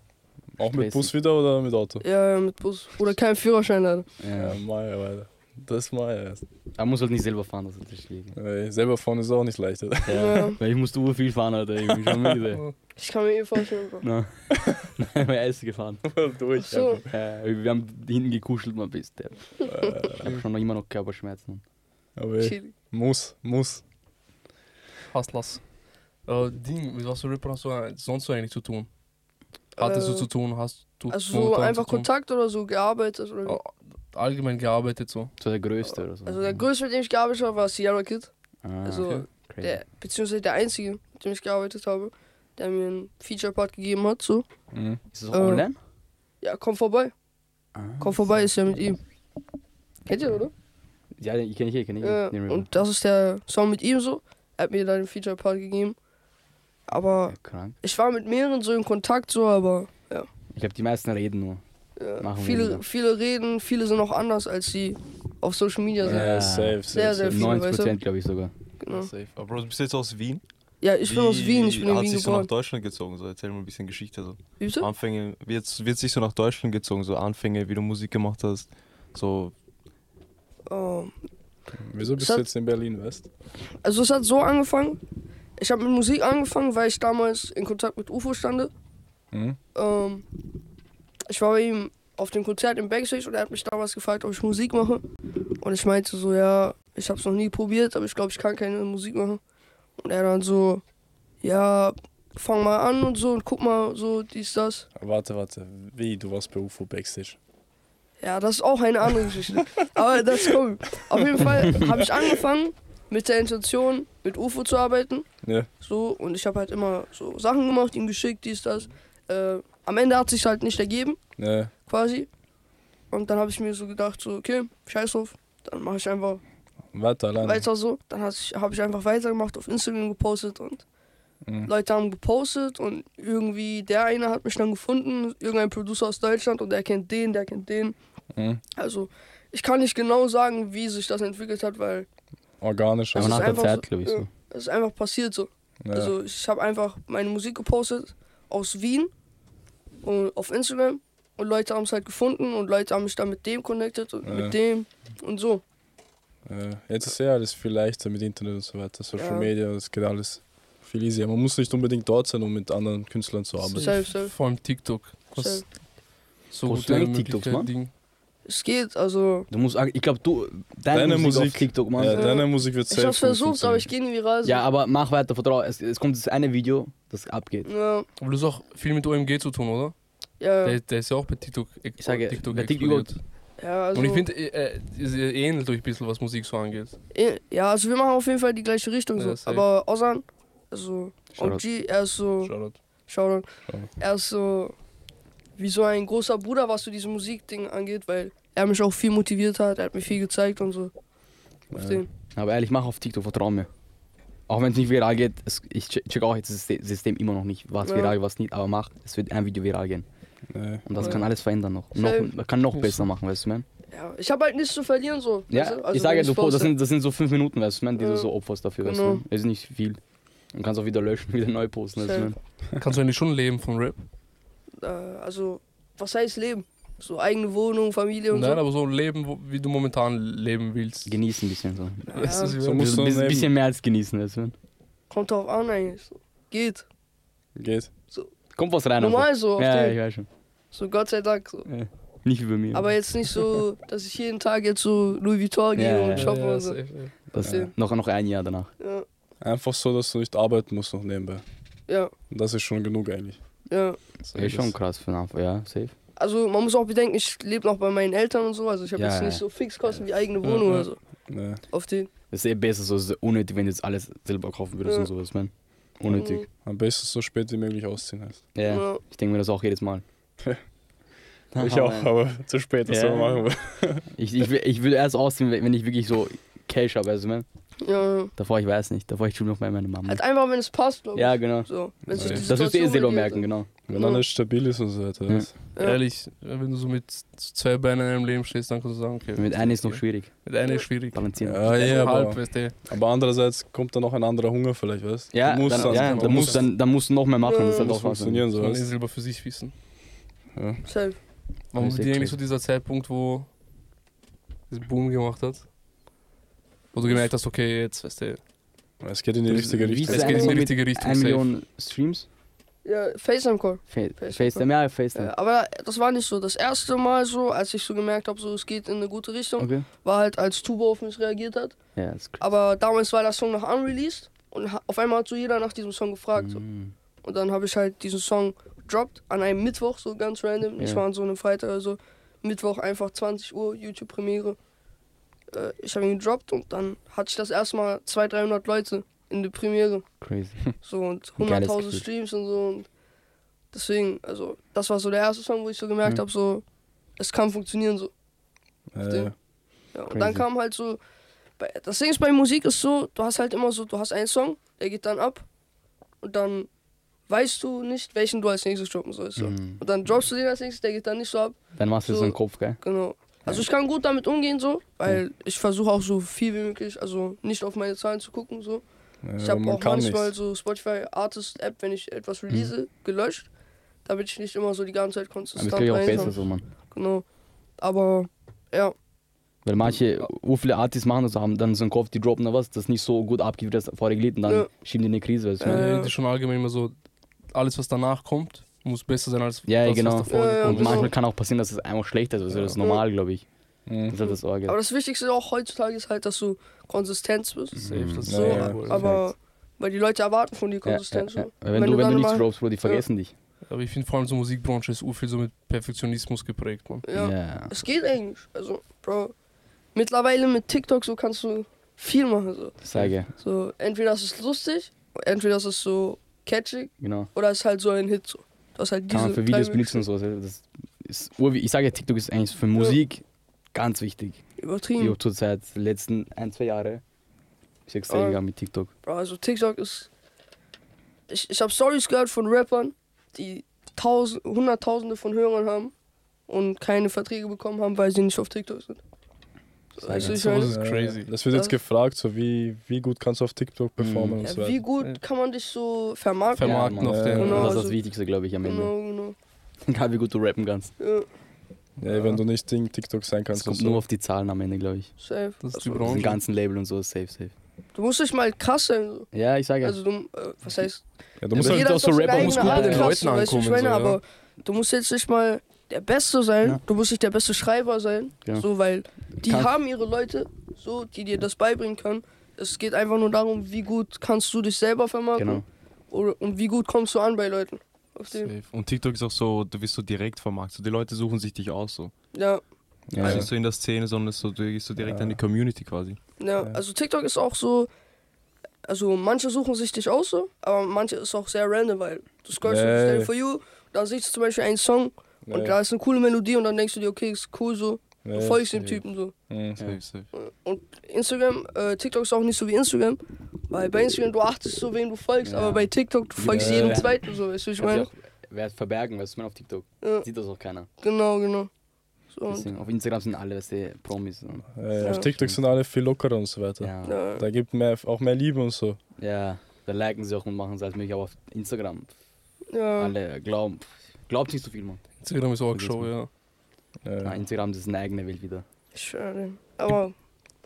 S4: Auch mit
S3: Späße.
S4: Bus wieder oder mit Auto?
S1: Ja, mit Bus. Oder kein Führerschein leider.
S3: Ja.
S4: Ja, Mai, Alter. Das Mai erst.
S3: Er muss halt nicht selber fahren, das ist das Schwierige.
S4: Ey, Selber fahren ist auch nicht leicht, Alter.
S3: Ja.
S1: Ja.
S3: Weil ich musste ur viel fahren, Alter. Ich bin schon
S2: Äh,
S1: *laughs*
S3: müde.
S1: Ich kann mir eh vorstellen, Bro.
S3: *laughs* Nein, ich bin Eis gefahren.
S4: *laughs* Durch.
S1: Ach so.
S3: Äh, wir haben hinten gekuschelt, man bist der. Ich habe schon noch immer noch Körperschmerzen.
S4: Äh, Aber ey,
S1: Chili.
S4: muss, muss.
S2: Hast lass. Äh, Ding, mit was für Rappern hast du äh, sonst so eigentlich zu tun? Hattest
S1: Äh,
S2: du zu tun? Hast du
S1: Also so
S2: momentan
S1: einfach
S2: zu tun?
S1: Kontakt oder so gearbeitet oder wie?
S2: Äh, Allgemein gearbeitet so.
S3: So der größte oder Oh, so.
S1: Also der größte, mit dem ich gearbeitet habe, war Sierra Kid.
S3: Ah,
S1: Also
S2: okay.
S3: crazy.
S1: der, beziehungsweise der einzige, mit dem ich gearbeitet habe, der mir einen Feature-Part gegeben hat, so.
S4: Mhm.
S3: ist das auch
S1: äh,
S3: online?
S1: Ja, komm vorbei.
S3: Ah.
S1: Komm vorbei ist ja mit ihm. Kennt ihr, oder?
S3: Ja, den kenne ich eh, kenne ich
S1: Ja,
S3: eh, den Rapper.
S1: Äh, und das ist der Song mit ihm so. Er hat mir da den Feature-Part gegeben. Aber
S3: ja, krank.
S1: ich war mit mehreren so in Kontakt, so, aber
S3: Ich glaube, die meisten reden nur.
S1: ja,
S3: Machen wir
S1: viele,
S3: wieder.
S1: viele reden, viele sind auch anders, als sie auf Social Media sind.
S3: Ja.
S4: Ja, safe, safe.
S1: Sehr, sehr
S4: safe.
S1: viel.
S3: 90
S1: weißt du?
S3: Prozent, glaube ich sogar.
S1: Genau.
S5: Safe. Aber Bro, du bist jetzt aus Wien.
S1: Ja, ich bin aus Wien, ich bin in
S5: hat
S1: Wien
S5: sich so nach
S1: geboren.
S5: Deutschland gezogen? So, erzähl mal ein bisschen Geschichte. So.
S1: Wie bitte?
S5: Anfänge, wird, wird sich so nach Deutschland gezogen? So Anfänge, wie du Musik gemacht hast. So,
S3: Ah.
S1: Ähm,
S4: Wieso bist
S1: Das-
S4: du jetzt in Berlin, weißt du?
S1: Also es hat so angefangen. Ich habe mit Musik angefangen, weil ich damals in Kontakt mit UFO stande.
S4: Mhm.
S1: Ähm, ich war bei ihm auf dem Konzert im Backstage und er hat mich damals gefragt, ob ich Musik mache. Und ich meinte so, ja, ich habe es noch nie probiert, aber ich glaube, ich kann keine Musik machen. Und er dann so, ja, fang mal an und so und guck mal so dies das.
S4: Warte, warte. Wie, du warst bei UFO Backstage.
S1: Ja, das ist auch eine andere Geschichte. Aber das kommt. Auf jeden Fall habe ich angefangen mit der Intention, mit UFO zu arbeiten.
S4: Ja.
S1: So, und ich habe halt immer so Sachen gemacht, ihm geschickt, dies, das. Äh, am Ende hat sich halt nicht ergeben,
S4: Ja.
S1: quasi. Und dann habe ich mir so gedacht, so, okay, scheiß drauf. Dann mache ich einfach
S4: Weiter alleine.
S1: weiter so. Dann habe ich, hab ich einfach weitergemacht, auf Instagram gepostet und
S4: Mhm.
S1: Leute haben gepostet und irgendwie der eine hat mich dann gefunden, irgendein Producer aus Deutschland und der kennt den, der kennt den.
S4: Mhm.
S1: Also, ich kann nicht genau sagen, wie sich das entwickelt hat, weil
S4: Organisch.
S3: Aber
S1: ist
S3: nach der
S1: einfach
S3: Zeit,
S1: so- äh,
S3: glaube ich
S1: ja.
S3: so.
S1: es ist einfach passiert so.
S4: ja.
S1: Also, ich habe einfach meine Musik gepostet aus Wien und auf Instagram und Leute haben es halt gefunden und Leute haben mich dann mit dem connected und
S4: Ja.
S1: mit dem und so.
S4: ja. Jetzt ist ja alles viel leichter mit Internet und so weiter. Social
S1: Ja.
S4: Media, das geht alles viel easier. Man muss nicht unbedingt dort sein, um mit anderen Künstlern zu arbeiten.
S1: Safe, safe,
S2: Vor allem TikTok.
S1: safe.
S2: Was so
S3: Postest
S2: gute
S3: du eigentlich TikToks,
S2: Möglichkeit,
S3: Mann?
S2: Ding.
S1: Es geht, also.
S3: Du musst, ich glaube, du, deine,
S4: Deine
S3: Musik,
S4: Musik.
S3: auf TikTok, Mann.
S4: Ja,
S1: Ja.
S4: deine Musik wird
S1: Ich
S4: safe.
S1: hab's versucht,
S4: funktionieren.
S1: aber ich gehe nie viral. so.
S3: Ja, aber mach weiter, vertrau. Es, es kommt das eine Video, das abgeht.
S1: Ja,
S2: Aber du hast auch viel mit OMG zu tun, oder?
S1: ja,
S2: Der, der ist ja auch bei TikTok.
S3: Ich sage,
S2: TikTok
S3: bei TikTok
S2: explodiert.
S1: ja, also,
S2: Und ich finde, äh, äh, ihr ähnelt euch ein bisschen, was Musik so
S3: *laughs*
S2: angeht.
S1: eh, ja, also wir machen auf jeden Fall die gleiche Richtung. So.
S2: Ja, safe.
S1: aber Ozan, also
S3: Shoutout.
S1: OG, er ist so.
S2: Shoutout.
S1: Shoutout.
S4: Shoutout.
S1: Er ist so wie so Also, ein großer Bruder, was so dieses Musikding angeht, weil er mich auch viel motiviert hat, er hat mir viel gezeigt und so. Auf
S4: Ja.
S1: den.
S3: Aber ehrlich, mach auf TikTok, vertrau mir. Auch wenn es nicht viral geht, es, ich check check auch jetzt das Syste- System immer noch nicht, was
S1: Ja.
S3: viral, was nicht, aber mach, es wird ein Video viral gehen.
S4: Ja.
S3: Und das
S1: Ja.
S3: kann alles verändern noch.
S1: Safe.
S3: noch. Man kann noch besser machen, weißt du, man?
S1: Ja, ich habe halt nichts zu verlieren so.
S3: Ja,
S1: weißt
S3: ich sage
S1: Also, wenn
S3: ja, du, das
S1: poste.
S3: sind, das sind so fünf Minuten, weißt du, man, die
S1: Ja.
S3: du so opferst dafür, weißt
S1: Genau.
S3: du, man? Ist nicht viel. Und kannst auch wieder löschen, *laughs* wieder neu posten, weißt du,
S1: Safe.
S3: man?
S2: Kannst du eigentlich schon leben von Rap?
S1: Äh, also, was heißt Leben? So eigene Wohnung, Familie und
S2: Nein,
S1: so.
S2: aber so leben, wo, wie du momentan leben willst.
S3: Genießen ein bisschen so.
S2: Weißt du,
S1: ja,
S2: was ich
S4: So
S2: meine?
S3: Bisschen,
S4: musst du
S3: bisschen,
S4: bisschen
S3: bisschen mehr als genießen, weißt du, man?
S1: kommt drauf an eigentlich. So. Geht.
S4: geht.
S3: Kommt was rein.
S1: Normal so auf
S3: einfach. Ja,
S1: den.
S3: ich weiß schon.
S1: So Gott sei Dank so.
S3: Ja. Nicht über mir.
S1: Aber jetzt nicht so, dass ich jeden Tag jetzt so Louis Vuitton gehe
S3: Ja,
S1: und
S3: ja,
S1: shoppen und so.
S2: safe, ja.
S3: das,
S1: Ja.
S3: noch, noch ein Jahr danach.
S1: Ja,
S4: Einfach so, dass du nicht arbeiten musst noch nebenbei.
S1: ja,
S4: Und das ist schon genug eigentlich.
S1: ja.
S4: So
S3: Ist schon
S4: das-
S3: krass für den Anfang, ja, safe.
S1: Also man muss auch bedenken, ich lebe noch bei meinen Eltern und so, also ich habe
S3: Ja,
S1: jetzt
S3: ja.
S1: nicht so Fixkosten wie eigene Wohnung
S2: ja.
S1: oder so.
S4: Ja.
S1: Auf den.
S3: Das ist eh besser, so ist unnötig, wenn du jetzt alles selber kaufen würdest
S1: Ja.
S3: und sowas, man. Unnötig.
S4: Am besten so spät wie möglich ausziehen halt. heißt.
S3: Ja,
S1: Mhm. Ja.
S3: ich denke mir das auch jedes Mal.
S4: ich auch, aber zu spät, was
S3: Ja.
S4: soll man machen?
S3: Ich, ich, wür- ich würde erst ausziehen, wenn wenn ich wirklich so Cash habe, also man.
S1: Ja, ja.
S3: Davor, ich weiß nicht. Davor, ich schulde noch bei meiner Mama.
S1: Halt einfach, wenn es passt, glaube ich.
S3: Ja, genau.
S1: So, wenn sich die
S3: Das wirst du eh
S1: Situation
S3: selber
S1: ergibt.
S3: merken, genau.
S4: Wenn alles stabil ist und so weiter.
S3: Ja.
S4: weißt
S1: Ja.
S2: Ehrlich, wenn du so mit zwei Beinen in einem Leben stehst, dann kannst du sagen, okay.
S3: Mit einer ist noch schwierig.
S2: Mit einer ist schwierig.
S4: du.
S3: Balancieren.
S4: Ja, ja,
S2: Ja, halb,
S4: aber,
S2: weißt du.
S4: aber andererseits kommt dann noch ein anderer Hunger vielleicht, weißt
S3: Ja,
S4: du?
S3: dann, ja,
S4: du
S3: dann, musst, dann, dann musst du noch mehr machen.
S1: Ja.
S3: Das ist halt
S4: muss
S3: auch was.
S4: funktionieren, so
S2: Soll
S4: weißt
S2: ich
S4: du?
S2: selber für sich wissen.
S4: Ja.
S1: Safe.
S2: Warum
S3: Ist
S2: ist
S3: ja
S2: dir eigentlich
S3: klar.
S2: so dieser Zeitpunkt, wo das Boom gemacht hat? Wo du gemerkt hast, okay, jetzt, weißt du,
S4: Es geht in die richtige
S3: Wie
S4: Richtung.
S3: ist
S2: es geht in die
S3: Mit
S2: richtige Richtung.
S3: Eine
S2: Safe.
S3: Million Streams?
S1: Ja, FaceTime-Call.
S3: Fa-
S1: Facetime.
S3: FaceTime, ja, FaceTime.
S1: Ja, aber das war nicht so. Das erste Mal so, als ich so gemerkt habe, so es geht in eine gute Richtung,
S3: Okay.
S1: war halt, als Tubo auf mich reagiert hat.
S3: Ja, das ist crazy.
S1: Aber damals war der Song noch unreleased und ha- auf einmal hat so jeder nach diesem Song gefragt. So.
S3: Mhm.
S1: Und dann habe ich halt diesen Song gedroppt an einem Mittwoch, so ganz random. Ich
S3: Ja.
S1: war an so einem Freitag oder so. Mittwoch einfach 20 Uhr, YouTube-Premiere. Äh, ich habe ihn gedroppt und dann hatte ich das erste Mal 200, 300 Leute in der Premiere.
S3: Crazy. *laughs*
S1: So und
S3: Ein geiles
S1: 100.000
S3: Gefühl.
S1: Streams und so. Und deswegen, also, das war so der erste Song, wo ich so gemerkt
S3: Mhm.
S1: habe, so, es kann funktionieren. So.
S4: Ja, ja.
S1: Ja, und
S3: Crazy.
S1: dann kam halt so, bei, das Ding ist bei Musik ist so, du hast halt immer so, du hast einen Song, der geht dann ab und dann weißt du nicht, welchen du als nächstes droppen sollst. So.
S3: Mhm.
S1: Und dann droppst du den als nächstes, der geht dann nicht so ab,
S3: Dann machst du so
S1: So.
S3: einen Kopf, gell?
S1: genau. Also ich kann gut damit umgehen so, weil ich versuche auch so viel wie möglich, also nicht auf meine Zahlen zu gucken so.
S4: Ja,
S1: Ich
S4: aber
S1: habe
S4: man
S1: auch
S4: kann
S1: manchmal
S4: nichts.
S1: so Spotify Artist App, wenn ich
S3: Mhm.
S1: etwas release, gelöscht, damit ich nicht immer so die ganze Zeit
S3: Aber
S1: konsistent
S3: es ich auch
S1: reinkomme.
S3: besser so, Mann.
S1: Genau. Aber ja,
S3: Weil manche, u viele Artists machen das, haben dann so einen Kopf, die droppen da was, das nicht so gut abgeht wie das vorige Lied und dann
S1: Ja.
S3: schieben die in die Krise, weißt du?
S1: Äh,
S2: Ja, das ist schon allgemein immer so, alles, was danach kommt, muss besser sein als
S3: Ja,
S2: das,
S3: genau.
S2: was davor
S1: Ja, ja,
S2: gekommen
S3: und
S2: ist.
S3: manchmal kann auch passieren, dass es einfach schlecht ist, also das ist
S1: Ja.
S3: normal, glaube ich.
S4: Mhm.
S3: Das ist halt das Orgel.
S1: aber das Wichtigste auch heutzutage ist halt, dass du konsistent bist.
S2: Safe, das ist
S1: So,
S4: Ja, ja.
S2: cool.
S1: aber weil die Leute erwarten von dir
S3: Ja, ja,
S1: Konsistenz.
S3: ja.
S1: so.
S3: Wenn, du, wenn
S1: dann
S3: du nichts
S1: mal-
S3: droppst, Bro, die vergessen dich.
S2: Aber ich finde vor allem so Musikbranche ist viel so mit Perfektionismus geprägt, man.
S1: Ja.
S3: Ja.
S1: Es geht eigentlich. Also, Bro, mittlerweile mit TikTok so kannst du viel machen. So,
S3: Sage,
S1: so entweder ist es lustig, entweder ist es so catchy
S3: genau.
S1: oder ist halt so ein Hit. So. Du hast halt diese
S3: Kann man für
S1: drei
S3: Videos
S1: Möglichkeiten.
S3: benutzen und sowas. also Das ist urwi- ich sage ja, TikTok ist eigentlich für Musik ganz wichtig. Ich
S1: Übertrieben.
S3: habe zurzeit die letzten ein, zwei Jahre ist extrem
S1: Ja.
S3: gegangen mit TikTok.
S1: Bro, also TikTok ist. Ich, ich habe Stories gehört von Rappern, die tausend, hunderttausende von Hörern haben und keine Verträge bekommen haben, weil sie nicht auf TikTok sind. Weißt du, ich
S2: So,
S1: meine,
S2: das ist
S4: Ja,
S2: crazy.
S4: ja. Das wird
S1: Das-
S4: jetzt gefragt, so wie, wie gut kannst du auf TikTok performen und
S1: Ja,
S4: so weiter.
S1: wie gut kann man dich so vermarkten?
S2: Vermarkten
S3: Ja,
S2: auf
S4: Mann.
S2: der.
S1: Genau.
S3: das ist das
S1: also-
S3: Wichtigste, glaube ich, am Ende.
S1: Genau, genau.
S3: Egal, wie gut du rappen kannst.
S1: Ja,
S4: Ja, wenn du nicht Ding TikTok sein
S3: Es
S4: kannst.
S3: kommt
S4: und so.
S3: nur auf die Zahlen am Ende, glaube ich.
S1: safe.
S2: Das ist die
S1: also,
S3: Auf den
S2: Branche.
S3: ganzen Label und so, safe, safe.
S1: du musst nicht mal krass sein. So.
S3: Ja, ich sage ja.
S1: Also du, äh, was heißt,
S4: ja, du
S3: Ja,
S4: musst
S3: aber
S4: halt
S3: jeder- auch so
S1: ist auf
S3: Rapper,
S1: seine
S3: muss
S1: eigene
S3: gut bei
S1: Art
S3: den
S1: krass
S2: Leuten
S1: sein, weißt du, wie ich
S2: ankommen,
S1: meine,
S2: so, ja.
S1: aber du musst jetzt nicht mal der Beste sein,
S3: Ja.
S1: du musst nicht der beste Schreiber sein,
S3: Genau.
S1: so, weil die
S3: Kannst-
S1: haben ihre Leute, so, die dir das beibringen können. Es geht einfach nur darum, wie gut kannst du dich selber vermarkten
S3: genau.
S1: oder, und wie gut kommst du an bei Leuten. Auf dem,
S2: Safe.
S5: Und TikTok ist auch so, du wirst so direkt vermarktet. So, die Leute suchen sich dich aus so.
S1: ja,
S3: Ja,
S5: Also
S3: ja.
S5: nicht so in der Szene, sondern es ist so, du gehst so direkt
S4: Ja.
S5: an die Community quasi.
S1: Ja, also TikTok ist auch so, also manche suchen sich dich aus so, aber manche ist auch sehr random, weil du scrollst
S4: Ja,
S1: yeah.
S4: ja.
S1: Stelle for You, dann siehst du zum Beispiel einen Song
S4: Ja,
S1: und
S4: ja.
S1: da ist eine coole Melodie und dann denkst du dir, okay, ist cool so,
S4: Ja,
S1: du
S4: ja.
S1: folgst dem Typen so.
S4: Mhm.
S5: Safe, safe.
S1: Und Instagram, äh, TikTok ist auch nicht so wie Instagram, weil bei Instagram du achtest so, wen du folgst,
S3: Ja.
S1: aber bei TikTok du folgst
S3: Ja.
S1: jedem zweiten so, weißt du, ich
S3: Kann sich
S1: meine?
S3: auch wer verbergen, weißt du, man auf TikTok.
S1: Ja,
S3: Sieht das auch keiner.
S1: genau, genau. So, und,
S3: Deswegen, auf Instagram sind alle, weißt du, Promis. Und,
S4: Ja,
S1: Ja.
S4: Auf TikTok sind alle viel lockerer und so weiter.
S3: ja. ja.
S1: ja,
S4: Da gibt mehr, auch mehr Liebe und so.
S3: Da liken sie auch und machen sie als mich, aber auf Instagram.
S1: ja,
S3: Alle glauben. pff, Glaubt nicht so viel, Mann.
S2: Instagram ist auch Show, ja.
S4: Ja.
S3: Ja, Instagram, das ist eine eigene Welt wieder.
S1: ich schwöre dir. Aber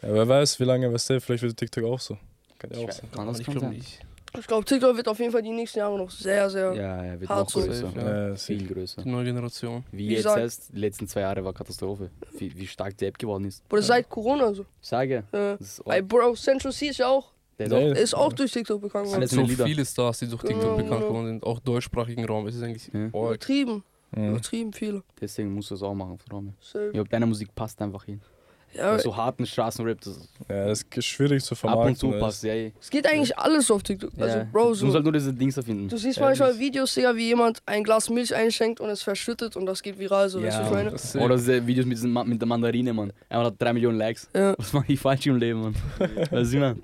S4: Ja, wer weiß, wie lange, weißt du, vielleicht wird TikTok auch so. Kann ja auch
S3: Ich
S4: sein.
S3: Kann das
S2: ich
S3: kann
S2: glaub
S3: sein.
S2: nicht.
S1: ich glaube, TikTok wird auf jeden Fall die nächsten Jahre noch sehr, sehr.
S3: Ja, ja, wird
S1: Hart
S3: noch
S1: so.
S3: größer.
S2: Safe,
S4: Ja, ja,
S3: Viel
S4: sicher.
S3: größer.
S2: Die neue Generation.
S3: Wie
S1: Wie
S3: jetzt
S1: sag-
S3: erst, die letzten zwei Jahre war Katastrophe. Wie, wie stark die App geworden ist.
S1: Oder seit Corona so.
S3: Ich sage,
S1: Ja.
S3: das ist oh,
S1: Weil Bro Central C ist ja auch,
S3: der ist
S4: Ja,
S3: auch,
S4: ja.
S1: ist auch durch TikTok bekannt
S3: Alles
S1: worden.
S2: Es
S3: Das
S2: sind
S3: sind
S2: so
S3: Lieder.
S2: viele Stars, die durch
S1: Genau,
S2: TikTok bekannt
S1: genau.
S2: geworden sind, auch deutschsprachigen Raum. Es ist eigentlich
S3: Ja.
S2: arg.
S1: Übertrieben,
S4: Mhm.
S1: übertrieben viele.
S3: deswegen musst du das auch machen, Frau mir.
S1: Safe.
S3: Ich glaube, deine Musik passt einfach hin.
S1: Ja,
S3: so harten Straßenrap, das ist
S4: Ja, das ist schwierig zu
S3: ab
S4: vermarkten.
S3: und zu
S4: ne?
S3: passt, ja, ja.
S1: es geht eigentlich alles auf TikTok. Also,
S3: ja.
S1: Bro,
S3: Du musst
S1: so,
S3: halt nur diese Dings da finden.
S1: du siehst
S3: Ja,
S1: manchmal
S3: das-
S1: Videos, Digga, wie jemand ein Glas Milch einschenkt und es verschüttet und das geht viral, so, weißt du,
S3: Ja.
S1: was ich meine?
S2: Das ist
S3: Oder diese Videos mit, diesen Ma- mit der Mandarine, Mann. Einmal hat 3 Millionen Likes.
S1: Ja.
S3: Was mache ich falsch im Leben, Mann? Weißt du, man?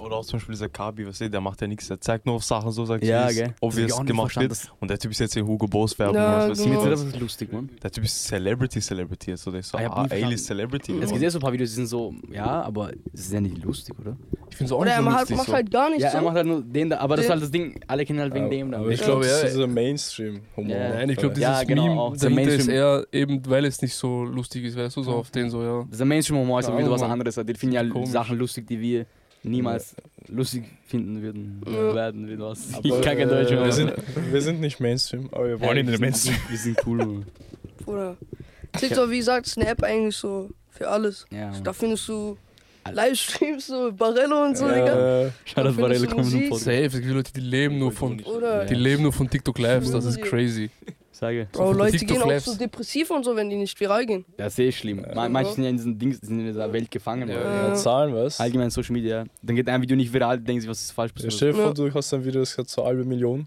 S5: Oder auch zum Beispiel dieser Kabi, was der macht ja nichts. Der zeigt nur auf Sachen so, sagt,
S3: Ja,
S5: wie
S3: gell.
S5: es
S3: Das hab
S5: obvious
S3: ich auch nicht
S5: gemacht wird. Und der Typ ist jetzt hier Hugo Boss Werbung.
S1: Ja,
S5: was weiß ich.
S1: genau.
S3: Das ist lustig, Mann.
S5: Der Typ ist Celebrity Celebrity, also der ist so
S3: Ah, ich hab
S5: A-
S3: nie verstanden.
S5: A-List Celebrity.
S3: Es
S5: geworden.
S3: gibt ja so ein paar Videos, die sind so, ja, aber es ist ja nicht lustig, oder?
S2: Ich finde es auch
S1: Oder
S2: nicht
S1: er
S2: so
S1: macht,
S2: lustig.
S1: macht
S2: so.
S1: halt gar nichts.
S3: Ja, er
S1: so.
S3: macht halt nur den da, aber das ist
S1: Den-
S3: halt das Ding, alle kennen halt wegen dem da.
S4: Aber ich
S2: Ja.
S4: glaube,
S2: Ja.
S4: das ist dieser Mainstream-Humor. Also,
S3: Ja.
S2: Nein, ich glaube, dieses
S3: Ja, genau,
S2: Meme
S3: auch. Der
S2: dahinter ist
S3: Mainstream-
S2: eher eben, weil es nicht so lustig ist, weißt du, so auf den so, ja.
S3: Dieser Mainstream-Humor ist
S2: Ja,
S3: ja, also wieder was
S2: Mann.
S3: anderes. Die finden ja
S2: Komisch.
S3: Sachen lustig, die wir niemals lustig finden würden,
S1: Ja.
S3: werden, wir was.
S4: Aber,
S3: Ich kann kein Deutsch
S4: äh,
S3: mehr. *laughs*
S4: wir, sind, wir sind nicht Mainstream, aber wir wollen in den Mainstream.
S3: Wir sind
S2: *laughs*
S3: cool, Mann.
S1: Oder TikTok, wie gesagt, ist eine App eigentlich so für alles.
S3: Ja, Mann.
S1: Da findest du Livestreams, so Barello und so, Digga.
S4: Äh,
S3: Schau, dass
S1: da findest du
S3: Barello kommt im
S1: Musik.
S3: Podcast.
S2: Safe, es gibt Leute, die leben nur von,
S1: Oder,
S2: die leben nur von TikTok Lives, das ist
S1: Ja.
S2: crazy.
S3: Sage.
S1: Bro, Leute
S2: TikTok
S1: gehen auch
S2: Lives.
S1: so depressiv und so, wenn die nicht viral gehen.
S3: Das ist eh schlimm. Ma- Manche sind ja in diesen Dings, sind in dieser Welt gefangen.
S2: Ja.
S3: Mann.
S4: ja, Zahlen, was?
S3: Allgemein Social Media. Dann geht ein Video nicht viral, denken sie, was ist falsch
S4: Ja,
S3: passiert.
S4: stell dir
S1: Ja.
S4: vor, du hast ein Video, das hat so eine halbe Million.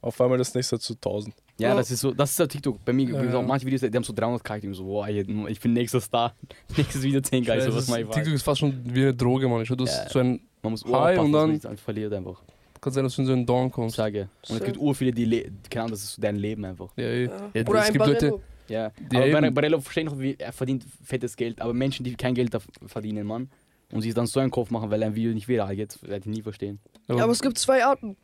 S4: Auf einmal das nächste zu 1000.
S3: Ja,
S1: Ja.
S3: das ist so, das ist ja TikTok. Bei mir gibt es
S2: Ja.
S3: auch manche Videos, die haben so 300 Charaktere. Ich bin so, boah, ich ich bin nächster Star. *laughs* Nächstes Video 10 Guys,
S2: Ja,
S3: was
S2: es
S3: mache
S2: ist-
S3: ich falsch?
S2: TikTok ist fast schon wie eine Droge, Mann. Ich hör, das
S3: Ja.
S2: so ein,
S3: Man muss
S2: Hi,
S3: aufpassen,
S2: und
S3: dass
S2: dann-
S3: man nichts verliert einfach.
S2: kann sein, dass du in so einen Down
S3: Ich
S2: kommst. Ja,
S3: sage. Und es
S1: Same.
S3: gibt ur viele, die, le- keine Ahnung, das ist so dein Leben einfach.
S2: eh.
S1: Ja.
S2: Ja,
S1: Oder
S2: es
S1: ein
S2: gibt Leute-
S1: Barello.
S3: Ja.
S2: Ja,
S3: aber Bar
S2: eben.
S3: Barello verstehe ich noch, wie er verdient fettes Geld, aber Menschen, die kein Geld da verdienen, Mann, und sich dann so einen Kopf machen, weil ein Video nicht viral geht, werde ich nie verstehen.
S1: Ja, aber es gibt zwei Arten.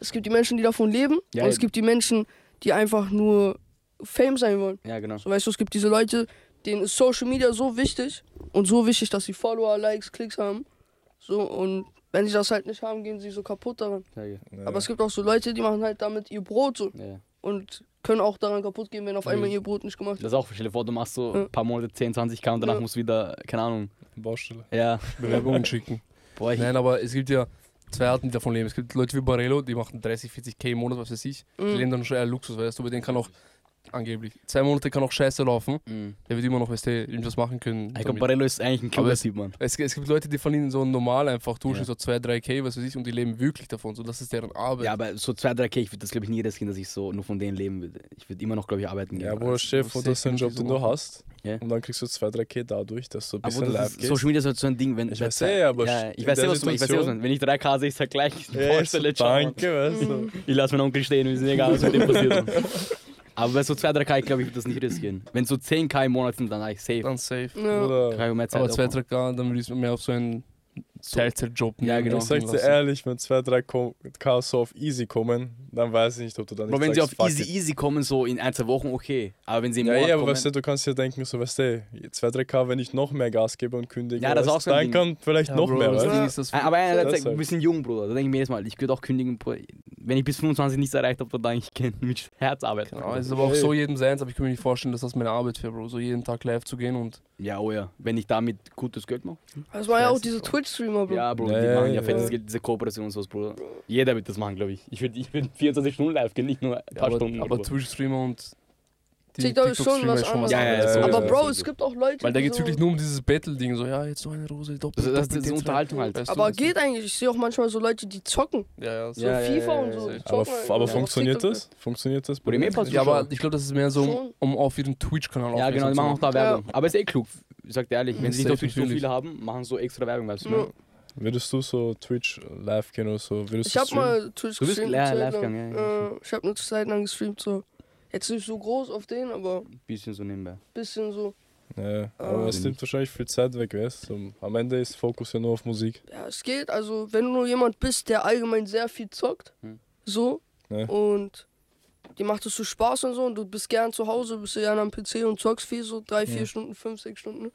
S1: Es gibt die Menschen, die davon leben,
S3: Ja,
S1: und
S3: ja.
S1: es gibt die Menschen, die einfach nur Fame sein wollen.
S3: Ja, genau.
S1: So, weißt du, es gibt diese Leute, denen ist Social Media so wichtig und so wichtig, dass sie Follower, Likes, Klicks haben. So, und wenn sie das halt nicht haben, gehen sie so kaputt daran.
S3: Sage.
S4: Ja.
S1: Aber es gibt auch so Leute, die machen halt damit ihr Brot so
S3: Ja.
S1: und können auch daran kaputt gehen, wenn auf einmal ihr Brot nicht gemacht
S3: Das
S1: wird.
S3: ist auch, stell dir vor, du machst so
S1: Ja.
S3: ein paar Monate 10, 20k und danach
S1: Ja.
S3: musst du wieder, keine Ahnung.
S4: Baustelle.
S3: Ja.
S2: Bewerbungen schicken.
S3: Boah, ich,
S2: Nein, aber es gibt ja zwei Arten, die davon leben. Es gibt Leute wie Barello, die machen 30, 40k im Monat, was weiß ich.
S3: Mhm.
S2: Die leben dann schon eher Luxus, weißt du, bei denen kann auch, angeblich, zwei Monate kann auch scheiße laufen.
S3: Mm.
S2: Der wird immer noch, weißt du, irgendwas machen können.
S3: ich glaube,
S2: damit.
S3: Barello ist eigentlich
S2: Hm,
S3: ein
S2: Aber
S3: cooler
S2: es-
S3: Typ, Mann.
S2: Es, es gibt Leute, die verdienen so normal einfach
S3: Ja.
S2: durchschnitt so 2, 3k, was weiß ich, und die leben wirklich davon. So, das ist deren Arbeit.
S3: Ja, aber so zwei, drei K, ich würde das glaube ich nie riskieren, dass ich so nur von denen leben würde. Ich würde immer noch, glaube ich, arbeiten gehen.
S4: Ja, aber stell dir vor, das ist ein Job, den du hast.
S3: Ja.
S4: Und dann kriegst du 2-3k dadurch, dass du ein
S3: aber
S4: bisschen
S3: das
S4: live
S3: ist,
S4: gehst.
S3: Social Media ist halt so ein Ding, wenn.
S4: Ich
S3: wenn
S4: weiß
S3: zwei-
S4: eh, aber
S3: Ja,
S4: in
S3: ich weiß eh,
S4: der
S3: was du meinst. Ich weiß eh, was du
S4: Situation-
S3: meinst. Wenn ich 3K sehe, ich sag gleich,
S4: *laughs* Ja,
S3: vorstelle,
S4: so,
S3: ciao, Mann.
S4: danke, weißt
S1: Mhm.
S4: du.
S3: Ich lasse meinen Onkel stehen, wir sind egal, was mit dem
S4: *laughs*
S3: passiert. Mann. aber bei so zwei, drei K, ich glaube, ich würde das nicht riskieren. Wenn so 10K im Monat sind, dann eigentlich safe.
S2: Dann safe.
S1: Ja.
S4: Oder-
S3: Kann ich mehr Zeit
S2: Aber 2,
S3: aufmachen.
S2: 3k, dann würde ich es mehr auf so einen
S3: So-
S2: Teilzeitjob
S3: Ja,
S2: nehmen
S3: genau.
S4: Ich sag
S2: lassen.
S4: dir ehrlich, wenn 2-3k so auf easy kommen, dann weiß ich nicht, ob du dann nicht
S3: Bro, wenn sie auf
S4: sagst, fuck
S3: easy,
S4: it.
S3: easy kommen, so in ein, zwei Wochen, okay. Aber wenn sie im
S4: Ja,
S3: Monat
S4: ja, aber
S3: kommen,
S4: weißt du, du kannst dir denken, so weißt du, 2-3k, wenn ich noch mehr Gas gebe und kündige,
S3: Ja, das ist
S4: weißt
S3: auch so
S4: du,
S3: ein
S4: dann
S3: Ding.
S4: kommt vielleicht
S2: Ja,
S4: noch
S2: Bro,
S4: mehr,
S2: das
S4: weißt du.
S2: Ding ist, dass-
S3: Ah, Aber einerseits,
S4: Das
S3: wir
S4: halt.
S3: sind jung, Bruder. Da denke ich mir jedes Mal, ich würde auch kündigen, Bruder. wenn ich bis 25 nichts erreicht habe, dann denke ich, *laughs* ich kann mit Herz arbeiten.
S2: Genau, es ist aber auch so jedem seins, aber ich kann mir nicht vorstellen, dass das meine Arbeit wäre, Bro. So jeden Tag live zu gehen und
S3: Ja, oh ja. Wenn ich damit gutes Geld mache.
S1: Das waren ja auch
S2: Scheiße,
S1: diese
S2: Bro.
S1: Twitch-Streamer, Bro.
S3: Ja, Bro, die
S4: Nee.
S3: machen ja fettes Geld, diese Kooperation und sowas, Bruder. Jeder wird das machen, glaube ich. Ich würde ich würd *laughs* 24 Stunden live gehen, nicht nur ein paar
S2: aber,
S3: Stunden.
S2: aber
S3: Bruder.
S2: Twitch-Streamer und die
S1: TikTok ist schon
S2: TikTok-Streamer
S1: was
S2: ist schon was
S1: anderes.
S3: ja, ja, ja,
S4: Ja,
S1: Aber
S4: ja,
S1: Bro,
S3: ja.
S1: es gibt auch Leute,
S2: äh, Weil da
S1: die
S2: geht es
S1: so-
S2: wirklich nur um dieses Battle-Ding, so, ja, jetzt so eine Rose, doppelt,
S3: Das- das- das
S2: doppelt,
S3: ist
S2: jetzt
S3: Unterhaltung
S2: rein.
S3: halt.
S2: um Weißt du,
S1: Aber
S2: das-
S1: geht eigentlich. Ich sehe auch manchmal so Leute, die zocken.
S2: Ja, ja,
S1: So
S2: so.
S3: Ja, ja,
S1: FIFA
S3: ja,
S1: und
S3: ja,
S1: so.
S3: ja.
S1: die
S4: Aber,
S1: zocken halt
S4: aber
S1: auf
S4: funktioniert
S1: TikTok.
S4: das? Funktioniert das?
S3: Oder im Epa-
S2: Ja, aber ich glaube, das ist mehr so, um,
S1: Schon.
S2: um auf ihren Twitch-Kanal
S3: ja, genau, die machen auch
S2: aufmerksam
S3: da Werbung. Aber ist eh klug, ich sag dir ehrlich. Wenn sie nicht
S2: Safe,
S3: auf Twitch so
S2: natürlich.
S3: viele haben, machen so extra Werbung, weißt du.
S1: Ja.
S3: ne?
S4: Würdest du so Twitch live gehen oder so? Würdest
S1: Ich
S4: du
S1: hab
S4: streamen?
S1: mal Twitch
S3: Du bist
S1: gestreamt.
S3: leer-
S1: eine Zeit
S3: live
S1: lang.
S3: gegangen, ja,
S1: Äh, ich hab eine Zeit lang gestreamt, so. Jetzt nicht so groß auf den, aber ein
S3: Bisschen so nebenbei.
S1: bisschen so.
S4: Ja, aber
S1: Ähm.
S4: es nimmt wahrscheinlich viel Zeit weg, weißt du? Am Ende ist Fokus ja nur auf Musik.
S1: Ja, es geht. Also, wenn du jemand bist, der allgemein sehr viel zockt,
S3: Hm.
S1: so,
S4: Ja.
S1: und dir macht es so Spaß und so, und du bist gern zu Hause, bist du gerne am PC und zockst viel, so drei, vier Stunden, fünf, sechs Stunden,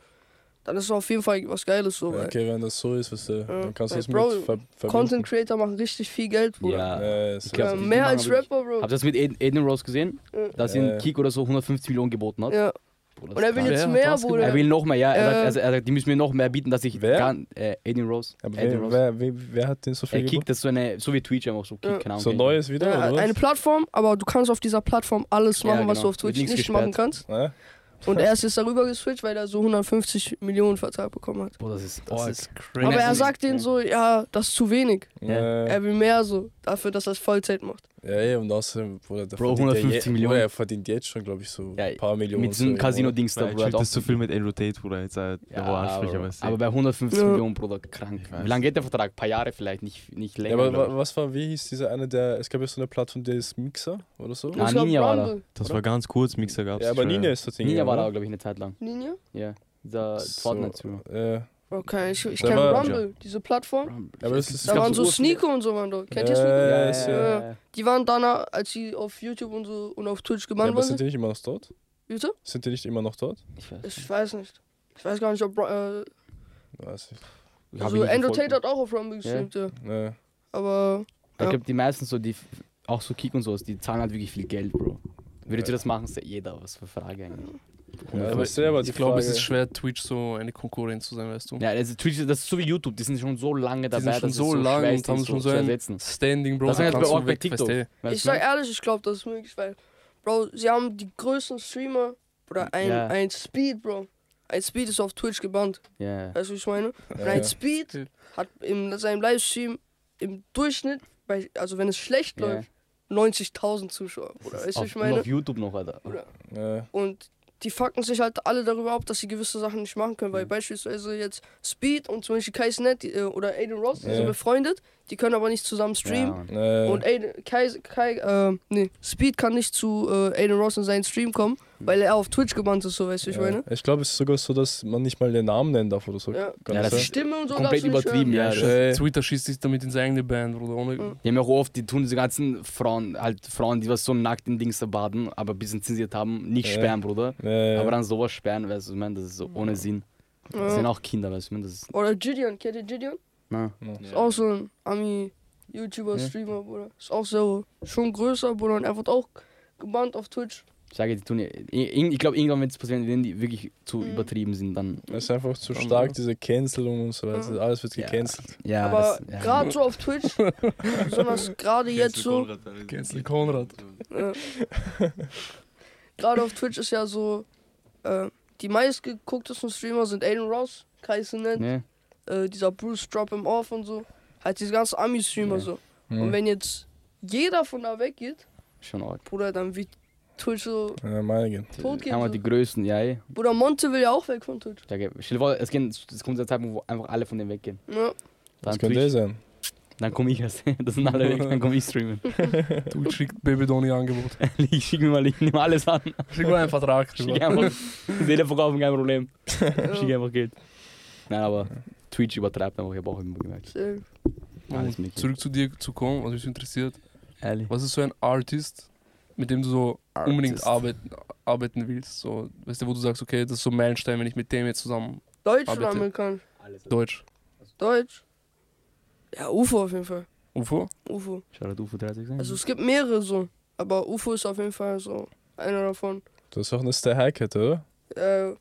S1: dann ist es auf jeden Fall was Geiles, so. weil
S4: Okay, wenn das so ist, weißt du, dann kannst
S1: Weil,
S4: du es mit
S1: Äh, Bro,
S4: ver verbinden.
S1: Content Creator machen richtig viel Geld, Bruder.
S3: Ja.
S4: Ja, ich
S3: glaub,
S1: Äh,
S3: die- die
S1: mehr
S3: machen
S1: als
S3: wirklich-
S1: Rapper, Bro.
S3: Habt ihr das mit Aiden, Aiden Rose gesehen?
S1: Ja.
S3: Dass
S4: Äh.
S3: ihn Kick oder so 150 Millionen geboten hat?
S1: ja.
S3: Bruder, das
S1: Und er
S3: ist
S1: will
S3: krank.
S1: jetzt
S2: Ja,
S1: mehr,
S2: was gibt-
S1: Bruder.
S3: Er will noch mehr, ja. Er,
S1: Äh,
S3: sagt, also, er sagt, die müssen mir noch mehr bieten, dass ich
S4: Wer?
S3: kann. Äh, Aiden Rose.
S4: Aber
S3: Aiden
S4: wer,
S3: Rose.
S4: wer, wer, wer hat den so
S3: Er
S4: viel
S3: kickt das so eine, so wie Twitch einfach so,
S1: Ja.
S3: kick, keine Ahnung.
S4: So neues wieder,
S1: Ja,
S4: oder was?
S1: eine Plattform, aber du kannst auf dieser Plattform alles
S3: Ja,
S1: machen, was
S3: genau.
S1: du auf
S3: Wird
S1: Twitch
S3: nichts
S1: nicht machen kannst.
S4: Ja? *laughs*
S1: Und er ist jetzt darüber geswitcht, weil er so 150 Millionen Vertrag bekommen hat.
S3: Boah, das ist.
S2: Das
S3: arg.
S2: ist crazy.
S1: Aber
S3: er
S1: er
S3: so-
S1: sagt denen so, ja, das ist zu wenig.
S4: Ja, Ah, ja,
S1: Er will mehr so, dafür, dass er es Vollzeit macht.
S4: ja, und außerdem, Bruder, der
S3: Bro,
S4: verdient ja
S3: 150
S4: je-
S3: Millionen.
S4: Bruder, er verdient jetzt schon, glaube ich, so ein
S3: Ja,
S4: paar Millionen.
S3: Mit
S4: so
S3: diesem
S4: im Monat.
S3: Casino-Dings da,
S5: Weil er
S3: Bruder. hat
S5: chillt
S3: auch-
S5: das zu viel mit Andrew Tate, Bruder. Jetzt äh, der war Ansprecher,
S3: aber,
S5: weißt du.
S3: aber bei 150
S1: Ja.
S3: Millionen, Bruder, krank.
S5: Ich weiß.
S3: Wie lange geht der Vertrag? Ein paar Jahre vielleicht, nicht, nicht
S4: Ja,
S3: länger.
S4: aber
S3: glaub
S4: wa- was war, wie hieß dieser eine, der, es gab ja so eine Plattform, der ist Mixer oder so?
S3: Ah,
S1: Ich glaub,
S3: Ninja war da.
S1: Rumble.
S5: das war ganz kurz, Mixer gab's.
S4: ja, aber
S5: ich schwöre.
S4: Ninja ist das
S3: ich.
S4: Ding.
S3: Ninja war da,
S4: oder?
S3: glaube ich, eine Zeit lang.
S1: Ninja?
S3: Ja. Dieser
S4: So,
S3: Fortnite-Streamer.
S4: äh,
S1: Okay, ich, ich
S4: Da
S1: kenne
S4: war-
S1: Rumble, diese Plattform.
S4: aber das ist, ne?
S1: Da
S3: gab
S1: waren so
S3: so viele-
S1: Sneaker und so waren dort. Kennt ihr
S4: Ja,
S1: Sneaker?
S4: ja, ist ja.
S1: Ja. Die waren danach, als sie auf YouTube und so und auf Twitch
S4: Ja,
S1: gebannt
S4: aber
S1: waren.
S4: sind die nicht immer noch dort?
S1: Bitte?
S4: Sind die nicht immer noch dort?
S3: Ich weiß.
S1: Ich weiß nicht. Ich weiß gar nicht, ob. Äh,
S4: Weiß ich. ne.
S3: Hab ich
S1: also
S3: nicht
S1: Andrew
S3: verfolgt.
S1: Tate hat auch auf Rumble gestreamt, ja.
S4: Nee.
S1: Aber.
S3: Ich
S1: Ja.
S3: glaube, die meisten so, die auch so Kick und sowas, die zahlen halt wirklich viel Geld, Bro. Würdet
S4: Ja.
S3: ihr das machen? Ist ja jeder, was für Frage eigentlich.
S4: Ja, aber
S3: aber-
S4: ist selber die
S2: Ich glaube, es
S4: Frage.
S2: ist schwer, Twitch so eine Konkurrenz zu sein, weißt du.
S3: Ja, also Twitch, das ist so wie YouTube, die sind schon so lange dabei,
S2: sind schon
S3: dass es
S2: so
S3: so
S2: lange
S3: schwer
S2: und
S3: ist, die
S2: haben
S3: so
S2: schon
S3: zu
S2: so ein-
S3: ersetzen.
S2: Standing, Bro,
S3: Das
S2: da
S3: sind jetzt
S2: kannst
S3: bei-
S2: du
S3: auch bei
S2: weg,
S3: TikTok.
S2: versteh.
S3: Weißt
S1: ich
S3: du?
S1: sag ehrlich, ich glaube, das ist möglich, weil. Bro, sie haben die größten Streamer. Oder ein,
S3: Ja.
S1: ein Speed, Bro. Ein Speed ist auf Twitch gebannt.
S3: Ja.
S1: Weißt du, wie ich meine? Und
S4: Ja.
S1: ein Speed hat in seinem Livestream im Durchschnitt, bei, also wenn es schlecht
S3: Ja.
S1: läuft, 90.000 Zuschauer. Oder weißt du, wie
S3: Auf,
S1: ich
S3: und
S1: meine?
S3: auf YouTube noch, Alter.
S1: Oder-
S4: Nee.
S1: Und die fucken sich halt alle darüber ab, dass sie gewisse Sachen nicht machen können, weil beispielsweise jetzt Speed und zum Beispiel Kai Snet die, äh, oder Aiden Ross, die
S4: Ja.
S1: sind befreundet, die können aber nicht zusammen
S3: Ja,
S1: streamen.
S3: Mann.
S4: Nee.
S1: Und Aiden, Kai, Kai, äh, nee, Speed kann nicht zu äh, Aiden Ross in seinen Stream kommen, weil er auf Twitch gebannt ist, so weißt du, ich
S4: Ja.
S1: meine.
S4: Ich glaube, es ist sogar so, dass man nicht mal den Namen nennen darf oder so.
S1: Ja.
S4: Kann
S3: Ja,
S1: Die
S3: das
S4: sein?
S1: Stimme und so darfst
S3: komplett
S1: du nicht
S3: übertrieben,
S1: hören.
S3: ja.
S4: Äh,
S2: Twitter schießt sich damit ins eigene Band, Bruder. Ohne,
S1: Mhm.
S3: Die haben ja auch oft, die tun diese ganzen Frauen, halt Frauen, die was so nackt in Dings da baden, aber ein bisschen zensiert haben, nicht
S4: Ja.
S3: sperren, Bruder.
S4: nee.
S3: Aber dann sowas sperren, weißt du, ich meine, das ist so ohne Sinn. Das sind
S1: Ja.
S3: auch Kinder, weißt du, ich meine, das ist.
S1: Oder Gideon, kennt ihr Gideon?
S3: Na.
S1: Ist auch so ein Ami-YouTuber,
S4: Ja.
S1: Streamer, Bruder. Ist auch so schon größer, Bruder, und er wird auch gebannt auf Twitch.
S3: Ich sage, die tun ja. irg- Ich glaube, irgendwann wird es passieren, wenn die wirklich zu
S1: Mhm.
S3: übertrieben sind, dann.
S4: es ist einfach zu stark, diese Cancelung und so weiter.
S1: Mhm.
S4: Alles wird
S3: Ja.
S4: gecancelt.
S3: Ja,
S1: Aber
S3: das- ja.
S1: gerade so auf Twitch, besonders gerade jetzt so,
S2: Cancel Konrad.
S1: äh, *laughs* gerade auf Twitch ist ja so, äh, die meistgegucktesten Streamer sind Aiden Ross, Kai Sinet,
S3: Ja.
S1: äh, dieser Bruce Drop im Off und so, halt diese ganzen Ami-Streamer
S3: Ja.
S1: so. Und
S4: Mhm.
S1: wenn jetzt jeder von da weggeht,
S3: Schon arg.
S1: Bruder, dann wird Twitch so
S4: Ja, mein Gott.
S1: tot gehen.
S3: Einmal
S1: So.
S3: die Größen, ja, ey.
S1: Bruder, Monte will ja auch weg von Twitch.
S3: Ich sage, stell dir vor, es, gehen, es kommt der Zeitpunkt, wo einfach alle von denen weggehen.
S1: Ja,
S3: Dann,
S4: Das könnte eh
S3: Twitch,
S4: sein.
S3: dann komme ich erst. *laughs* Das sind alle weg, dann komme
S1: *laughs*
S3: ich streamen.
S2: Du schickt Baby Donny Angebot.
S3: Ich schicke mir mal, ich nehme alles an.
S2: Schick mal einen Vertrag.
S3: Schick einfach. Seele verkaufen, kein Problem. Schick einfach Geld. Nein, aber Twitch übertreibt einfach, ich habe auch irgendwo gemerkt.
S1: safe.
S3: Alles möglich.
S2: Zurück zu dir zu kommen, was mich interessiert.
S3: Ehrlich.
S2: Was ist so ein Artist, mit dem du so unbedingt
S3: Artist.
S2: arbeiten, arbeiten willst? So, weißt du, wo du sagst, okay, das ist so ein Meilenstein, wenn ich mit dem jetzt zusammen
S1: Deutsch
S2: Ah,
S1: oder
S2: bitte.
S1: amerikanisch?
S3: Also-
S2: Deutsch.
S1: Deutsch. Ja, UFO auf jeden Fall.
S3: *laughs*
S2: UFO?
S1: UFO.
S3: Shoutout UFO 30 sein.
S1: Also es gibt mehrere so, aber UFO ist auf jeden Fall so einer davon.
S4: Du hast auch eine Star Haircut, oder?
S1: Äh,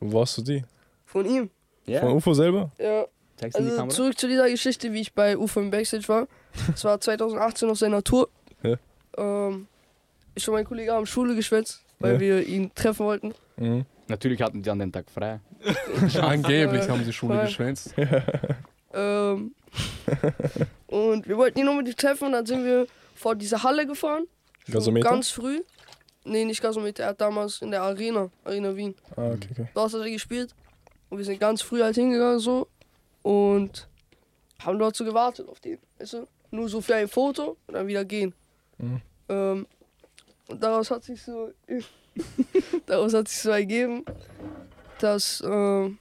S4: Wo warst du die?
S1: von ihm.
S4: Von
S3: ja.
S4: UFO selber?
S1: Ja.
S3: Zeigst du in die
S1: Also
S3: Kamera?
S1: zurück zu dieser Geschichte, wie ich bei UFO im Backstage war. Es war 2018 auf seiner Tour.
S4: Ja.
S1: Ähm, ich und mein Kollege haben Schule geschwätzt, weil
S4: Ja.
S1: wir ihn treffen wollten.
S4: *laughs* Mhm.
S3: Natürlich hatten die an dem Tag frei.
S2: Angeblich haben sie Schule
S1: Voll.
S2: geschwänzt.
S3: *laughs*
S1: Ähm, und wir wollten ihn unbedingt treffen und dann sind wir vor diese Halle gefahren. Schon
S4: Gasometer?
S1: Ganz früh. Nee, nicht Gasometer, er hat damals in der Arena, Arena Wien.
S4: Ah, okay, okay.
S1: Dort hat er gespielt. Und wir sind ganz früh halt hingegangen so. Und haben dort so gewartet auf den. Weißt du? Nur so für ein Foto und dann wieder gehen.
S4: Mhm.
S1: Ähm, und daraus hat sich so. *laughs* daraus hat sich so ergeben, dass ähm,